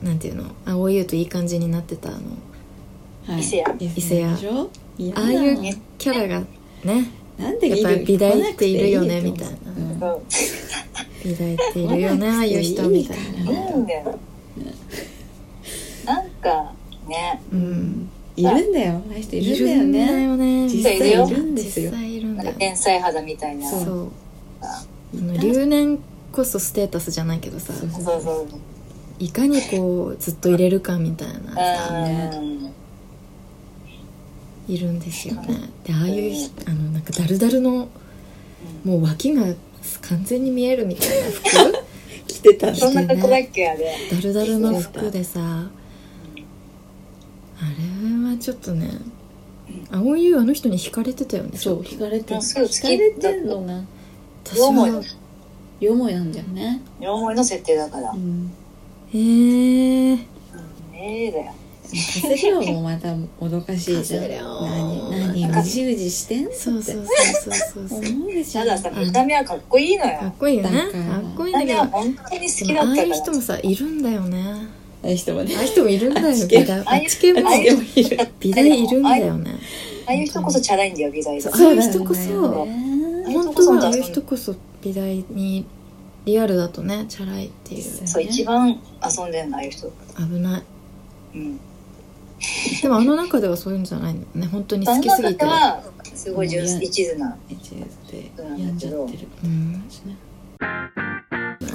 [SPEAKER 3] う
[SPEAKER 1] なんていうの青い湯といい感じになってたあの
[SPEAKER 2] は
[SPEAKER 3] 伊勢屋
[SPEAKER 2] 伊
[SPEAKER 1] 勢屋
[SPEAKER 2] でしょ嫌だ
[SPEAKER 1] ああいう
[SPEAKER 3] ね
[SPEAKER 1] キャラがね
[SPEAKER 2] なんで
[SPEAKER 1] やっぱり美大っているよね
[SPEAKER 2] 来くてと思う
[SPEAKER 1] み
[SPEAKER 3] ん。
[SPEAKER 1] 美大っているよねああいう人みたいな
[SPEAKER 3] うん。なんだよ。なんか、ね。
[SPEAKER 1] う
[SPEAKER 2] うんんいるんだよああいう人いるんだよ
[SPEAKER 1] いる
[SPEAKER 2] ね
[SPEAKER 1] んだよね
[SPEAKER 2] 実
[SPEAKER 3] 際いるよ
[SPEAKER 1] 実実際いるん
[SPEAKER 3] な
[SPEAKER 1] だ
[SPEAKER 3] んか
[SPEAKER 1] よ
[SPEAKER 3] 天才肌みたいな。
[SPEAKER 1] そ
[SPEAKER 3] そうう
[SPEAKER 1] そうあの留年こそステータスじゃないけどさ
[SPEAKER 2] そうそう
[SPEAKER 3] そうそう。
[SPEAKER 1] いかにこうずっと入れるかみたいなさ
[SPEAKER 3] うん。
[SPEAKER 1] いるんですよねでああいうひあのなんかダルダルの
[SPEAKER 3] う
[SPEAKER 1] もう脇が完全に見えるみたいな服
[SPEAKER 2] 来てた
[SPEAKER 1] ん
[SPEAKER 3] そんな格好だっけ、あれ。
[SPEAKER 1] ダルダルの服でさあれはちょっとね青い優あの人に惹かれてたよね
[SPEAKER 2] そう
[SPEAKER 1] ちょっ
[SPEAKER 2] 惹かれて
[SPEAKER 3] も
[SPEAKER 2] る
[SPEAKER 3] うすぐ
[SPEAKER 2] 惹かれてんのが
[SPEAKER 1] と私
[SPEAKER 3] 両思い
[SPEAKER 1] は
[SPEAKER 3] の、
[SPEAKER 2] 両思いなんだよね、
[SPEAKER 3] 両思いの設定だから
[SPEAKER 2] う。ん、
[SPEAKER 1] へえー、
[SPEAKER 3] ええだよ。
[SPEAKER 2] 風量もまたもどかしいじゃん
[SPEAKER 1] 風量
[SPEAKER 2] 何何うじうじしてんのって
[SPEAKER 1] そうそうそうそうそうそう
[SPEAKER 2] 思うでしょ
[SPEAKER 3] たださ、見た目はかっこいいの
[SPEAKER 1] かっ
[SPEAKER 3] よ。
[SPEAKER 1] こいいよね
[SPEAKER 2] だから
[SPEAKER 1] かっこいい
[SPEAKER 3] 見
[SPEAKER 1] んだけ
[SPEAKER 3] た目
[SPEAKER 1] ど
[SPEAKER 3] は本当に好き
[SPEAKER 1] でも
[SPEAKER 3] だっ
[SPEAKER 1] あ
[SPEAKER 3] た
[SPEAKER 1] あ
[SPEAKER 3] から
[SPEAKER 1] い。う人もさいるんだよね
[SPEAKER 2] ああいう人もね
[SPEAKER 1] ああいう人もいるんだ
[SPEAKER 2] あ
[SPEAKER 1] よ
[SPEAKER 2] 地球
[SPEAKER 1] 美大
[SPEAKER 3] ああいう
[SPEAKER 1] 地球も
[SPEAKER 3] ああいう
[SPEAKER 2] でもいる
[SPEAKER 1] 美大いるんだよね
[SPEAKER 3] ああいう人こそチャラいんだよ、美大で。
[SPEAKER 1] そういう人こそ
[SPEAKER 2] そうなんだよね
[SPEAKER 1] 本当はああいう人こそ美大にリアルだとねチャラいっていう
[SPEAKER 2] そう
[SPEAKER 3] そう、一番遊んでんの、ああいう人。
[SPEAKER 1] 危ない
[SPEAKER 3] うん。
[SPEAKER 1] でもあの中ではそういうんじゃないのね本当に好
[SPEAKER 3] あの
[SPEAKER 1] きすぎて
[SPEAKER 3] 中は、すごい純粋一途な。
[SPEAKER 2] 一途で病んじゃってる
[SPEAKER 1] うん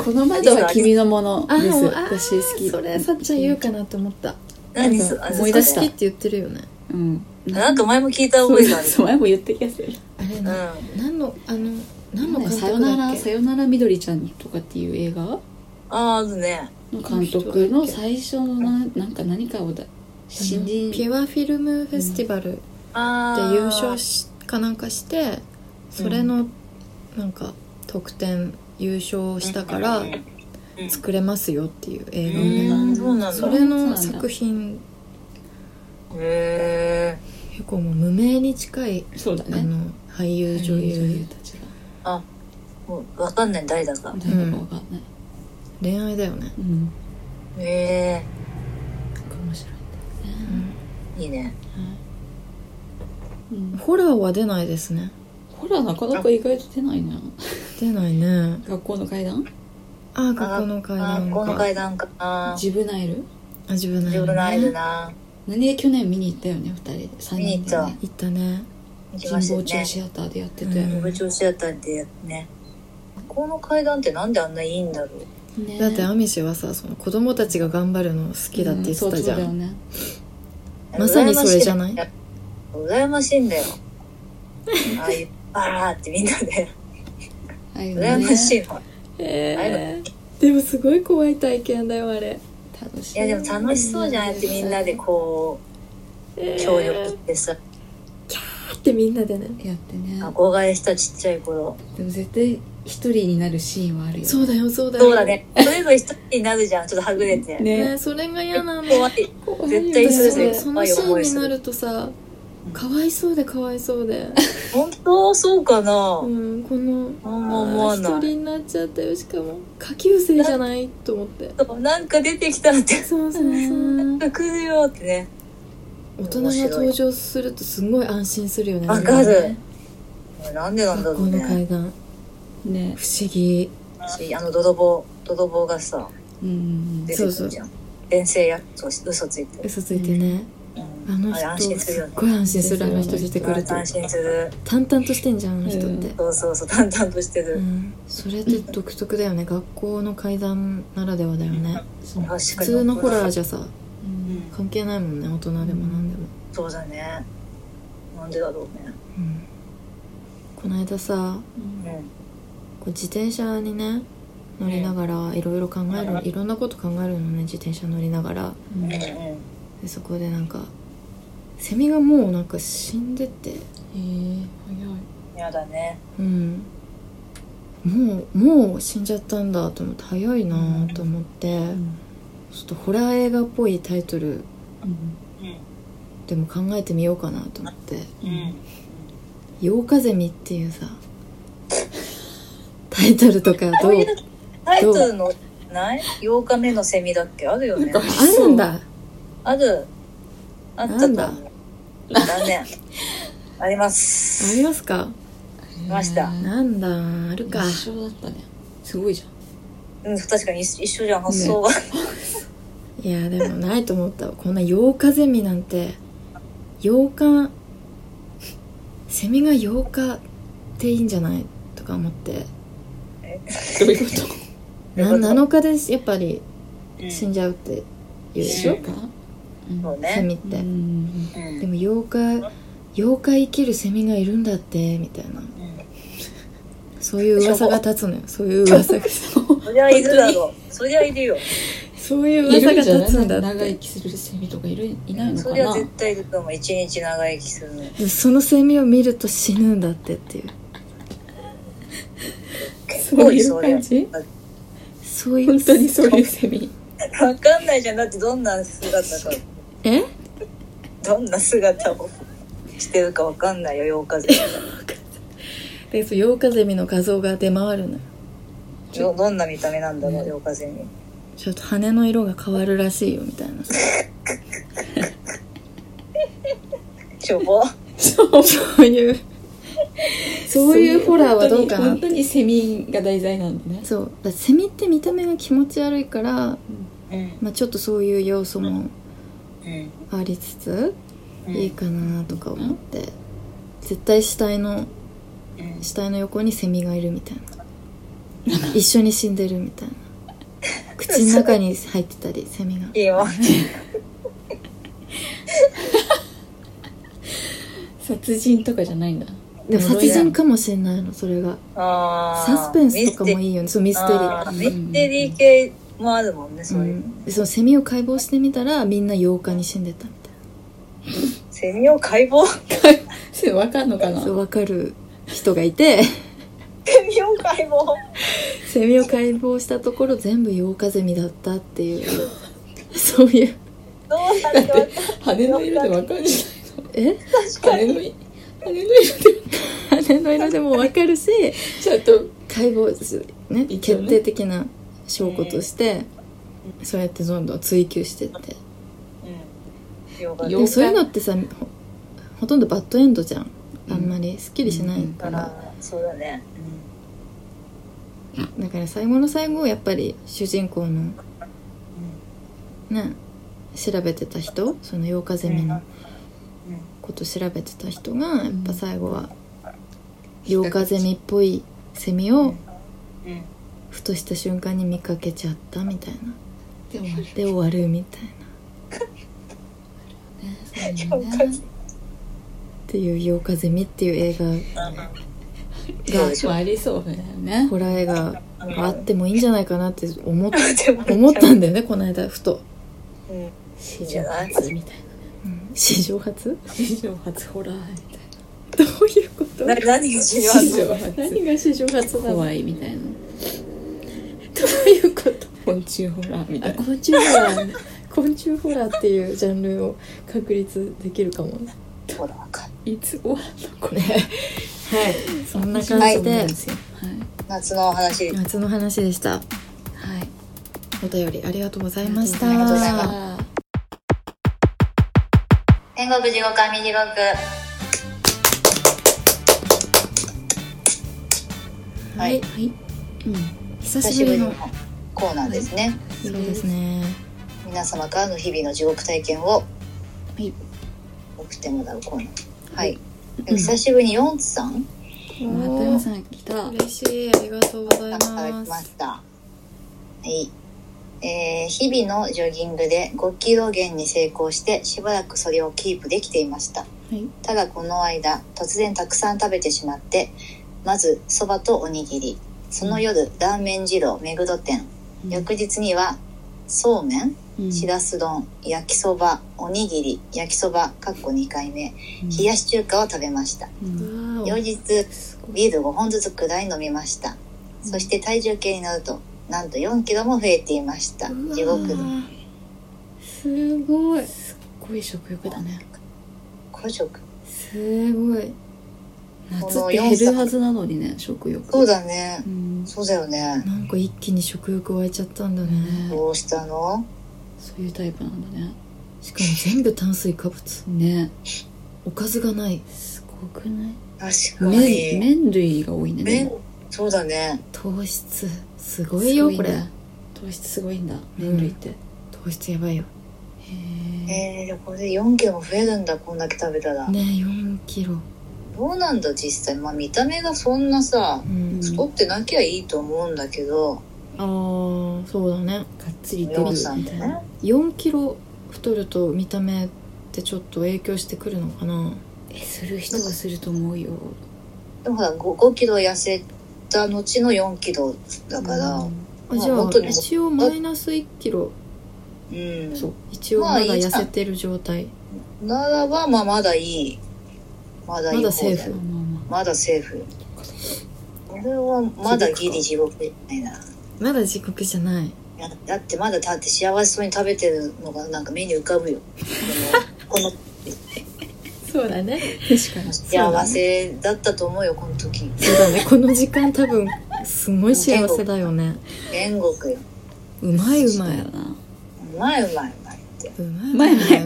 [SPEAKER 2] この窓は君のもの
[SPEAKER 1] あ
[SPEAKER 2] です
[SPEAKER 1] もうあ
[SPEAKER 2] 私好き
[SPEAKER 1] それさっちゃん言うかなと思った
[SPEAKER 3] 何
[SPEAKER 2] なんか
[SPEAKER 3] そあ
[SPEAKER 2] 思い出し
[SPEAKER 1] 好
[SPEAKER 2] た
[SPEAKER 1] きって言ってるよね
[SPEAKER 2] うん
[SPEAKER 3] なんか前も聞いた覚えがある。
[SPEAKER 2] そう前も言ってきやする
[SPEAKER 1] あれ
[SPEAKER 3] うん。
[SPEAKER 1] な何のあの何の監
[SPEAKER 2] さよ
[SPEAKER 1] 督だ
[SPEAKER 2] なら
[SPEAKER 1] っ
[SPEAKER 2] さ
[SPEAKER 1] け
[SPEAKER 2] よならみどりちゃんとかっていう映画
[SPEAKER 3] ああ、るね。
[SPEAKER 2] の監督の最初のななんか何かをだ新人
[SPEAKER 1] ピュアフィルムフェスティバルで
[SPEAKER 3] ああ。
[SPEAKER 1] 優勝しかなんかしてそれのなんか特典優勝したから
[SPEAKER 3] うんうん
[SPEAKER 1] 作れますよっていう映画を
[SPEAKER 3] う
[SPEAKER 1] ね
[SPEAKER 3] んそうなんだ
[SPEAKER 1] それの作品
[SPEAKER 3] へえ。
[SPEAKER 1] 結構もう無名に近い
[SPEAKER 2] そうだ
[SPEAKER 1] あ
[SPEAKER 2] ね
[SPEAKER 1] の俳優女優
[SPEAKER 2] たちが
[SPEAKER 3] もうわかんない、誰だか。
[SPEAKER 2] 誰だかわかんない
[SPEAKER 1] 恋愛だよね
[SPEAKER 2] うん
[SPEAKER 3] へ
[SPEAKER 2] なんか面白い
[SPEAKER 3] え。いいね。
[SPEAKER 2] んだよね
[SPEAKER 1] ホラーは出ないですね
[SPEAKER 2] ほらなかなか意外と出ないな
[SPEAKER 1] 出ないね
[SPEAKER 2] 学校の階段
[SPEAKER 1] ああここの階
[SPEAKER 3] あ
[SPEAKER 1] 段
[SPEAKER 3] ー
[SPEAKER 1] か
[SPEAKER 3] この階段かな。
[SPEAKER 2] ジブナイル
[SPEAKER 1] あ自分の
[SPEAKER 3] ジ
[SPEAKER 1] 部
[SPEAKER 3] ブ
[SPEAKER 1] 屋
[SPEAKER 3] ナイ
[SPEAKER 1] ね
[SPEAKER 3] ルな。
[SPEAKER 2] 何で去年見に行ったよね二人三人でね
[SPEAKER 1] 行ったね
[SPEAKER 3] 行きま
[SPEAKER 2] 神保
[SPEAKER 3] した
[SPEAKER 2] 町
[SPEAKER 3] ね。
[SPEAKER 2] シアターでやって
[SPEAKER 1] う
[SPEAKER 2] て
[SPEAKER 1] ん
[SPEAKER 3] 部長シアターでね。この階段ってなんであんないいんだろう。
[SPEAKER 2] ね
[SPEAKER 1] だってアミシはさその子供たちが頑張るの好きだって言ってたじゃん、
[SPEAKER 2] うそうだよね
[SPEAKER 1] まさにそれじゃない
[SPEAKER 3] 羨ましいんだよ。ああいうバラーってみんなで。
[SPEAKER 2] ああいうのね
[SPEAKER 3] 羨ましいの。
[SPEAKER 1] えーでもすごい怖い体験だよあれ
[SPEAKER 2] 楽し
[SPEAKER 3] いやでも楽しそうじゃんやってみんなでこう協力してさ
[SPEAKER 1] だってみんなでね
[SPEAKER 2] やってね
[SPEAKER 3] 憧れしたちっちゃい頃
[SPEAKER 2] でも絶対一人になるシーンはあるよね
[SPEAKER 1] そうだよそうだよ
[SPEAKER 3] そうだねそれぞれ一人になるじゃんちょっとはぐれて、
[SPEAKER 2] ね
[SPEAKER 1] ねそれが嫌なんだ
[SPEAKER 3] 怖い
[SPEAKER 2] 怖いよね
[SPEAKER 3] 絶対それぞれ
[SPEAKER 1] そ
[SPEAKER 3] 怖
[SPEAKER 1] の
[SPEAKER 3] い
[SPEAKER 1] シ
[SPEAKER 3] 思
[SPEAKER 1] ーン
[SPEAKER 3] い
[SPEAKER 1] に
[SPEAKER 3] す
[SPEAKER 1] な
[SPEAKER 3] る
[SPEAKER 1] るとさかわいそうでかわいそうで、
[SPEAKER 3] 本当そうかな、
[SPEAKER 1] うん、この
[SPEAKER 3] あんま思わない
[SPEAKER 1] あー一人になっちゃったよしかも下級生じゃないと思って
[SPEAKER 3] そうなんか出てきたって
[SPEAKER 1] そうそうそう
[SPEAKER 3] 来るよってね
[SPEAKER 1] 大人が登場するとすごい安心するよね
[SPEAKER 3] わかる
[SPEAKER 1] ね
[SPEAKER 3] なんでなんだ
[SPEAKER 1] 学校
[SPEAKER 3] ろう
[SPEAKER 1] の
[SPEAKER 3] ね
[SPEAKER 1] 階段
[SPEAKER 2] ね
[SPEAKER 1] 不思議
[SPEAKER 3] あの泥棒泥棒がさ
[SPEAKER 2] うん
[SPEAKER 3] 出てくるじゃん伝生やそう嘘ついて、
[SPEAKER 1] 嘘ついてね、
[SPEAKER 3] うん
[SPEAKER 1] あの
[SPEAKER 3] あれ安
[SPEAKER 1] 人
[SPEAKER 3] 心する
[SPEAKER 1] す
[SPEAKER 3] よ
[SPEAKER 1] っ
[SPEAKER 3] ね
[SPEAKER 1] ごい安心するあの人出てくると
[SPEAKER 3] 安心する
[SPEAKER 1] 淡々としてんじゃんあの人って、
[SPEAKER 3] そうそうそう淡々として
[SPEAKER 1] う
[SPEAKER 3] る、
[SPEAKER 1] ん、それって独特だよね学校の階段ならではだよね
[SPEAKER 2] そう
[SPEAKER 3] 確かに
[SPEAKER 1] 普通のホラーじゃさ
[SPEAKER 2] うん
[SPEAKER 1] 関係ないもんね大人でも何でも、
[SPEAKER 3] そうだねなんでだろうね
[SPEAKER 1] うん、この間さ
[SPEAKER 3] う
[SPEAKER 1] こう自転車にね乗りながらいろいろ考えるいろんなこと考えるのね自転車乗りながら
[SPEAKER 2] うん
[SPEAKER 3] んうん
[SPEAKER 2] へ
[SPEAKER 3] うん
[SPEAKER 1] でそこでなんかセミがもうなんか死んでて
[SPEAKER 2] え早い
[SPEAKER 3] やだね
[SPEAKER 1] うんもうもう死んじゃったんだと思って早いなと思って、
[SPEAKER 2] ん
[SPEAKER 1] ちょっとホラー映画っぽいタイトル
[SPEAKER 2] うん
[SPEAKER 3] う
[SPEAKER 1] でも考えてみようかなと思って
[SPEAKER 3] んうん
[SPEAKER 1] 「ヨウカゼミ」っていうさタイトルとかど
[SPEAKER 3] そうういうタイトルのない8日目のセミだっけあるよね
[SPEAKER 2] なんか
[SPEAKER 1] あるんだ
[SPEAKER 3] あるあったと思う
[SPEAKER 1] なん
[SPEAKER 3] 残念ありま
[SPEAKER 1] あ
[SPEAKER 3] す
[SPEAKER 1] りますか
[SPEAKER 3] いました
[SPEAKER 2] へえ
[SPEAKER 1] なんだあるか
[SPEAKER 2] 一緒だったねすごいじゃ
[SPEAKER 3] うん確かに一一緒じゃん発想が、
[SPEAKER 1] いやでもないと思ったわこんなヨウカゼミなんて8日セミが8日っていいんじゃないとか思って
[SPEAKER 2] んどういうこと
[SPEAKER 1] な7日でやっぱり
[SPEAKER 3] うん
[SPEAKER 1] 死んじゃうって言うでし
[SPEAKER 2] [laughs] 一
[SPEAKER 1] ょ、
[SPEAKER 2] 緒かうん
[SPEAKER 3] そう
[SPEAKER 1] セ
[SPEAKER 3] ね
[SPEAKER 1] ミって、
[SPEAKER 2] うん
[SPEAKER 3] う
[SPEAKER 1] で
[SPEAKER 3] ん
[SPEAKER 1] も8日8日生きるセミがいるんだってみたいなそういう噂が立つのよそういう噂が
[SPEAKER 3] うんそりゃいるだろうそりゃいるよ
[SPEAKER 1] [laughs] そういう
[SPEAKER 2] い
[SPEAKER 1] 噂
[SPEAKER 2] る
[SPEAKER 1] が
[SPEAKER 2] んじゃな
[SPEAKER 1] 立
[SPEAKER 2] い
[SPEAKER 1] つんだ
[SPEAKER 2] 長
[SPEAKER 1] っ
[SPEAKER 2] 生
[SPEAKER 1] て
[SPEAKER 2] きするセミとかいるいないのか
[SPEAKER 3] そりゃ
[SPEAKER 2] な
[SPEAKER 3] 絶対いると思う一日長生きするの
[SPEAKER 1] でそのセミを見ると死ぬんだってっていう
[SPEAKER 3] 結構いそうだよ
[SPEAKER 2] そういう
[SPEAKER 1] そういう
[SPEAKER 2] 本当にそういうセミ
[SPEAKER 3] わかんないじゃんだってどんな姿か
[SPEAKER 1] え
[SPEAKER 3] どんな姿をしてるかわかんないよ8日
[SPEAKER 1] でそうヨウカゼミの画像が出回るのよ
[SPEAKER 3] ゼミどどんな見た目なんだろう8日ゼミ
[SPEAKER 1] ちょっと羽の色が変わるらしいよみたいなさ
[SPEAKER 3] しょぼ
[SPEAKER 1] そういうそういうホラーはどうかな
[SPEAKER 2] 本当にセミが題材なんだね
[SPEAKER 1] そうだからセミって見た目が気持ち悪いから、
[SPEAKER 3] うん
[SPEAKER 1] まあ、ちょっとそういう要素も
[SPEAKER 3] うん
[SPEAKER 1] ありつつ、
[SPEAKER 3] うん
[SPEAKER 1] いいかなとか思って、絶対死体の
[SPEAKER 3] うん
[SPEAKER 1] 死体の横にセミがいるみたい [laughs] な一緒に死んでるみ [laughs] たいな口の中に入ってたりセミが
[SPEAKER 3] いいわ
[SPEAKER 2] 殺人とかじゃないんだ
[SPEAKER 1] でも殺人かもしれないのそれが
[SPEAKER 3] あー
[SPEAKER 1] サスペンスとかも
[SPEAKER 3] ミ
[SPEAKER 1] いいよねそうミステリー
[SPEAKER 3] あー
[SPEAKER 2] うん
[SPEAKER 3] ミステリー系もあるもんねそう
[SPEAKER 1] う
[SPEAKER 3] いうの、
[SPEAKER 1] ん、そのセミを解剖してみたらみんな8日に死んでたみたい
[SPEAKER 3] セミを解剖 [laughs]
[SPEAKER 2] それわかんのかな
[SPEAKER 1] なそう分かる人がいて [laughs]
[SPEAKER 3] セミを解剖
[SPEAKER 1] セミを解剖したところ全部8日ゼミだったっていうそういう
[SPEAKER 3] どうやってわかる
[SPEAKER 2] 羽の色でわかるじ
[SPEAKER 1] え
[SPEAKER 2] ゃない羽のい羽の色で
[SPEAKER 1] 羽の色でも分かるし
[SPEAKER 2] ちゃんと
[SPEAKER 1] 解剖すね
[SPEAKER 2] 一応
[SPEAKER 1] 決
[SPEAKER 2] ね
[SPEAKER 1] 定的な証拠として、そうやってどんどん追求してって
[SPEAKER 3] うんよか
[SPEAKER 1] で
[SPEAKER 2] よ
[SPEAKER 1] もそういうのってさほほとんどバッドエンドじゃんあんまりすっきりしない
[SPEAKER 3] か
[SPEAKER 1] からら、
[SPEAKER 3] そうだね、
[SPEAKER 1] だから最後の最後やっぱり主人公のね調べてた人その8日ゼミの
[SPEAKER 3] うんうん
[SPEAKER 1] こと調べてた人がやっぱ最後は8日ゼミっぽいセミを
[SPEAKER 3] うん
[SPEAKER 1] ふとした瞬間に見かけちゃったみたいな
[SPEAKER 2] でもあれ
[SPEAKER 1] で終わるみたいな
[SPEAKER 2] ねそういうのね
[SPEAKER 1] っていう「夜風見」っていう映
[SPEAKER 2] がもありそうだよね
[SPEAKER 1] 画ホラー映画あってもいいんじゃないかなって思っ
[SPEAKER 3] [laughs]
[SPEAKER 1] 思ったんだよねこの間ふと、
[SPEAKER 3] うん
[SPEAKER 2] 史上初みたいな
[SPEAKER 1] うん、史上初
[SPEAKER 2] 史上初ホラーみたい
[SPEAKER 1] どういうこと
[SPEAKER 3] な何が違
[SPEAKER 2] な史
[SPEAKER 3] う
[SPEAKER 2] 上初
[SPEAKER 1] 何が史上初だろう
[SPEAKER 2] 怖いみたいな
[SPEAKER 1] どういうこと
[SPEAKER 2] 昆虫ホラーみ
[SPEAKER 1] あ
[SPEAKER 2] たいな
[SPEAKER 1] 昆虫ホラーね昆虫ホラーっていうジャンルを確立できるかもね
[SPEAKER 3] のほらわかる
[SPEAKER 2] いつ終わんのこれ
[SPEAKER 1] はいそんな感
[SPEAKER 3] はい
[SPEAKER 1] じで、
[SPEAKER 2] すよはい
[SPEAKER 3] 夏のお話
[SPEAKER 1] 夏の話でした
[SPEAKER 2] はい
[SPEAKER 1] お便りありがとうございました
[SPEAKER 2] あり
[SPEAKER 3] がとうございま
[SPEAKER 2] あー
[SPEAKER 3] 天国地獄網地獄
[SPEAKER 1] は
[SPEAKER 3] はいい、
[SPEAKER 2] はい
[SPEAKER 1] 久
[SPEAKER 3] 久
[SPEAKER 1] し
[SPEAKER 3] し
[SPEAKER 1] ぶ
[SPEAKER 3] ぶ
[SPEAKER 1] り
[SPEAKER 3] り
[SPEAKER 1] の
[SPEAKER 3] のコーナーですね、
[SPEAKER 1] そうですね
[SPEAKER 3] 皆様からの日々の地獄体験を
[SPEAKER 2] い
[SPEAKER 3] 送ってもらうコーナーはい、久しぶりにヨンツさん
[SPEAKER 2] また山さん来た
[SPEAKER 1] 嬉しいありがとうござい
[SPEAKER 3] いただき
[SPEAKER 1] ま
[SPEAKER 3] ますしたはいえー日々のジョギングで5キロ減に成功してしばらくそれをキープできていました
[SPEAKER 2] はい
[SPEAKER 3] ただこの間突然たくさん食べてしまってまずそばとおにぎりその夜ラーメン二郎目黒店
[SPEAKER 2] うん
[SPEAKER 3] 翌日にはそうめん
[SPEAKER 2] うん
[SPEAKER 3] しらす丼焼きそばおにぎり焼きそばかっこ2回目冷やし中華を食べました
[SPEAKER 2] うん
[SPEAKER 1] わ
[SPEAKER 3] 両
[SPEAKER 1] ー
[SPEAKER 3] 日
[SPEAKER 2] すごい
[SPEAKER 3] ビール5本ずつくらい飲みましたそして体重計に乗るとなんと4キロも増えていました
[SPEAKER 1] うわー
[SPEAKER 3] 地獄
[SPEAKER 1] すごい
[SPEAKER 2] すごい食欲だね
[SPEAKER 3] 孤食
[SPEAKER 1] すごい
[SPEAKER 2] 夏って減るはずなのにね食欲
[SPEAKER 3] そうだね
[SPEAKER 2] うん
[SPEAKER 3] そうだよね
[SPEAKER 1] なんか一気に食欲湧いちゃったんだね
[SPEAKER 2] ね
[SPEAKER 3] どうしたの
[SPEAKER 2] そういうタイプなんだね
[SPEAKER 1] しかも全部炭水化物
[SPEAKER 2] ね
[SPEAKER 1] おかずがない
[SPEAKER 2] すごくない
[SPEAKER 3] 確か
[SPEAKER 2] 麺
[SPEAKER 3] に
[SPEAKER 2] 麺類が多いねで
[SPEAKER 3] 麺
[SPEAKER 2] も
[SPEAKER 3] そうだね
[SPEAKER 1] 糖質すごいよ
[SPEAKER 2] す
[SPEAKER 1] こ
[SPEAKER 2] ごいん
[SPEAKER 1] れ
[SPEAKER 2] だ糖質すごいんだ麺類って、
[SPEAKER 1] 糖質やばいよ
[SPEAKER 2] へえ
[SPEAKER 3] えー、でもこれで4キロも増えるんだこんだけ食べたら、
[SPEAKER 1] ね4キロ
[SPEAKER 3] どうなんだ実際まあ見た目がそんなさ
[SPEAKER 1] うん
[SPEAKER 2] うん
[SPEAKER 3] 太ってなきゃいいと思うんだけど
[SPEAKER 1] ああそうだね
[SPEAKER 2] がっつり出る
[SPEAKER 3] ヨンさん
[SPEAKER 2] み
[SPEAKER 3] と
[SPEAKER 2] たいな
[SPEAKER 3] ね
[SPEAKER 1] 4キロ太ると見た目ってちょっと影響してくるのかな
[SPEAKER 2] えする人はすると思うよ
[SPEAKER 3] でもほら 5, 5キロ痩せた後の4キロだから
[SPEAKER 2] う
[SPEAKER 1] あ
[SPEAKER 2] ん
[SPEAKER 1] じゃ
[SPEAKER 3] まあ
[SPEAKER 1] あ
[SPEAKER 3] 本当に
[SPEAKER 1] 一応マイナス1キロ
[SPEAKER 3] うん、
[SPEAKER 2] そう
[SPEAKER 1] 一応まだ痩せてる状態
[SPEAKER 3] ならばまあまだいいまだいい
[SPEAKER 1] まだ
[SPEAKER 3] 方だよ
[SPEAKER 1] セーフ
[SPEAKER 2] まあまあま
[SPEAKER 3] まだセーフこれはまだギリ地獄じゃないな
[SPEAKER 1] まだ時刻じゃない
[SPEAKER 3] だだってまだだって幸せそうに食べてるのがなんか目に浮かぶよこのこ
[SPEAKER 1] そうだね
[SPEAKER 2] あ確かに
[SPEAKER 3] の幸せだったと思うよこの時
[SPEAKER 1] そうだねこの時間多分すごい幸せだよね
[SPEAKER 3] 天国よ
[SPEAKER 1] うまいうま
[SPEAKER 2] だ
[SPEAKER 1] い
[SPEAKER 2] よな
[SPEAKER 3] うまいうまいうまいって
[SPEAKER 1] うまいう
[SPEAKER 2] まいう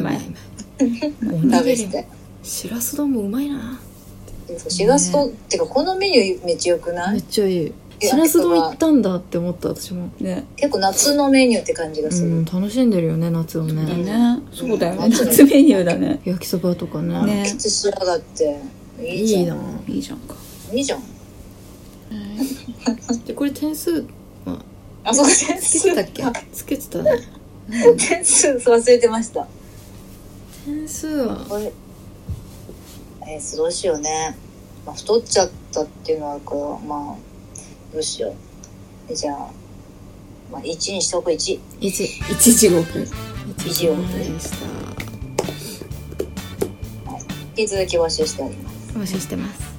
[SPEAKER 1] [laughs] まいお
[SPEAKER 2] まいう
[SPEAKER 3] 食
[SPEAKER 1] に
[SPEAKER 3] べ
[SPEAKER 1] ぎ
[SPEAKER 3] て
[SPEAKER 1] り
[SPEAKER 3] て
[SPEAKER 1] しらす丼もうまいな
[SPEAKER 3] 4月とってかこのメニューめっちゃ良くな
[SPEAKER 1] め
[SPEAKER 3] い
[SPEAKER 1] っちゃいい
[SPEAKER 3] え
[SPEAKER 1] しらす丼行ったんだって思った私も
[SPEAKER 2] ね
[SPEAKER 3] 結構夏のメニューって感じがす
[SPEAKER 1] う
[SPEAKER 3] る、
[SPEAKER 1] ん楽しんでるよね夏を
[SPEAKER 2] だ
[SPEAKER 1] ね
[SPEAKER 2] ねそうだよね
[SPEAKER 3] うん
[SPEAKER 2] 夏メニューだね
[SPEAKER 1] 焼きそばとか
[SPEAKER 3] あ
[SPEAKER 1] ね
[SPEAKER 2] ね
[SPEAKER 3] のキツしやがっていいじゃん
[SPEAKER 1] いいない
[SPEAKER 2] いじゃんか
[SPEAKER 3] いいじゃん
[SPEAKER 1] でこれ点数
[SPEAKER 3] あそこ点
[SPEAKER 1] つけ
[SPEAKER 3] 数
[SPEAKER 1] てたっけつけてたね [laughs]
[SPEAKER 3] 点数忘れてました
[SPEAKER 1] 点数は
[SPEAKER 3] これえー、どうしようね、まあ、太っちゃったっていうのはあるからまあどうしようえじゃあ、まあ、1にしとこう1
[SPEAKER 1] 1
[SPEAKER 2] 一地獄
[SPEAKER 1] 以
[SPEAKER 3] 上
[SPEAKER 1] でした
[SPEAKER 3] 引き続き募集しております
[SPEAKER 1] 募集してます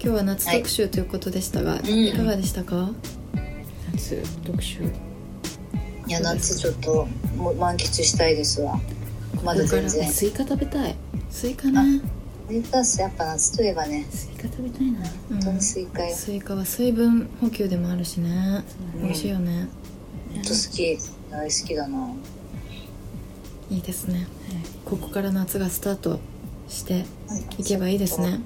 [SPEAKER 1] 今日は夏特集ということでしたが、
[SPEAKER 3] ん
[SPEAKER 1] いかがでしたか、
[SPEAKER 2] 夏特集
[SPEAKER 3] いや夏ちょっともう満喫したいですわまだ全然
[SPEAKER 2] スイカ食べたい
[SPEAKER 1] スイカね、
[SPEAKER 3] レタスやっぱ夏といえばね
[SPEAKER 2] スイカ食べたいな
[SPEAKER 1] う
[SPEAKER 3] 本当
[SPEAKER 1] ん
[SPEAKER 3] にスイカよ、
[SPEAKER 1] スイカは水分補給でもあるしね
[SPEAKER 3] うん
[SPEAKER 1] 美味しいよね
[SPEAKER 3] 本当好き大好きだない
[SPEAKER 1] いですねここから夏がスタートしていけばいいですね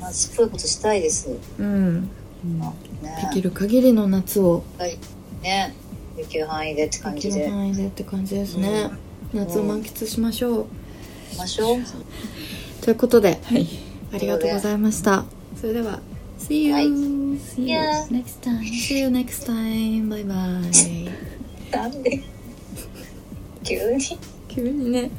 [SPEAKER 3] 夏っぽいことしたいです、ね
[SPEAKER 1] うん
[SPEAKER 2] うん
[SPEAKER 1] できる限りの夏を
[SPEAKER 3] はいねできる範囲でって感
[SPEAKER 1] で
[SPEAKER 3] じ
[SPEAKER 1] きる
[SPEAKER 3] で。
[SPEAKER 1] 範囲でって感じですね、夏を満喫しましょう、
[SPEAKER 3] 行きましょう。
[SPEAKER 1] ということで
[SPEAKER 2] はい
[SPEAKER 1] ありがとうございましたそれでは See you、
[SPEAKER 3] はい
[SPEAKER 1] See you
[SPEAKER 3] Yeah.
[SPEAKER 1] next time See you next time バイバイ
[SPEAKER 3] なんで急に
[SPEAKER 1] 急にね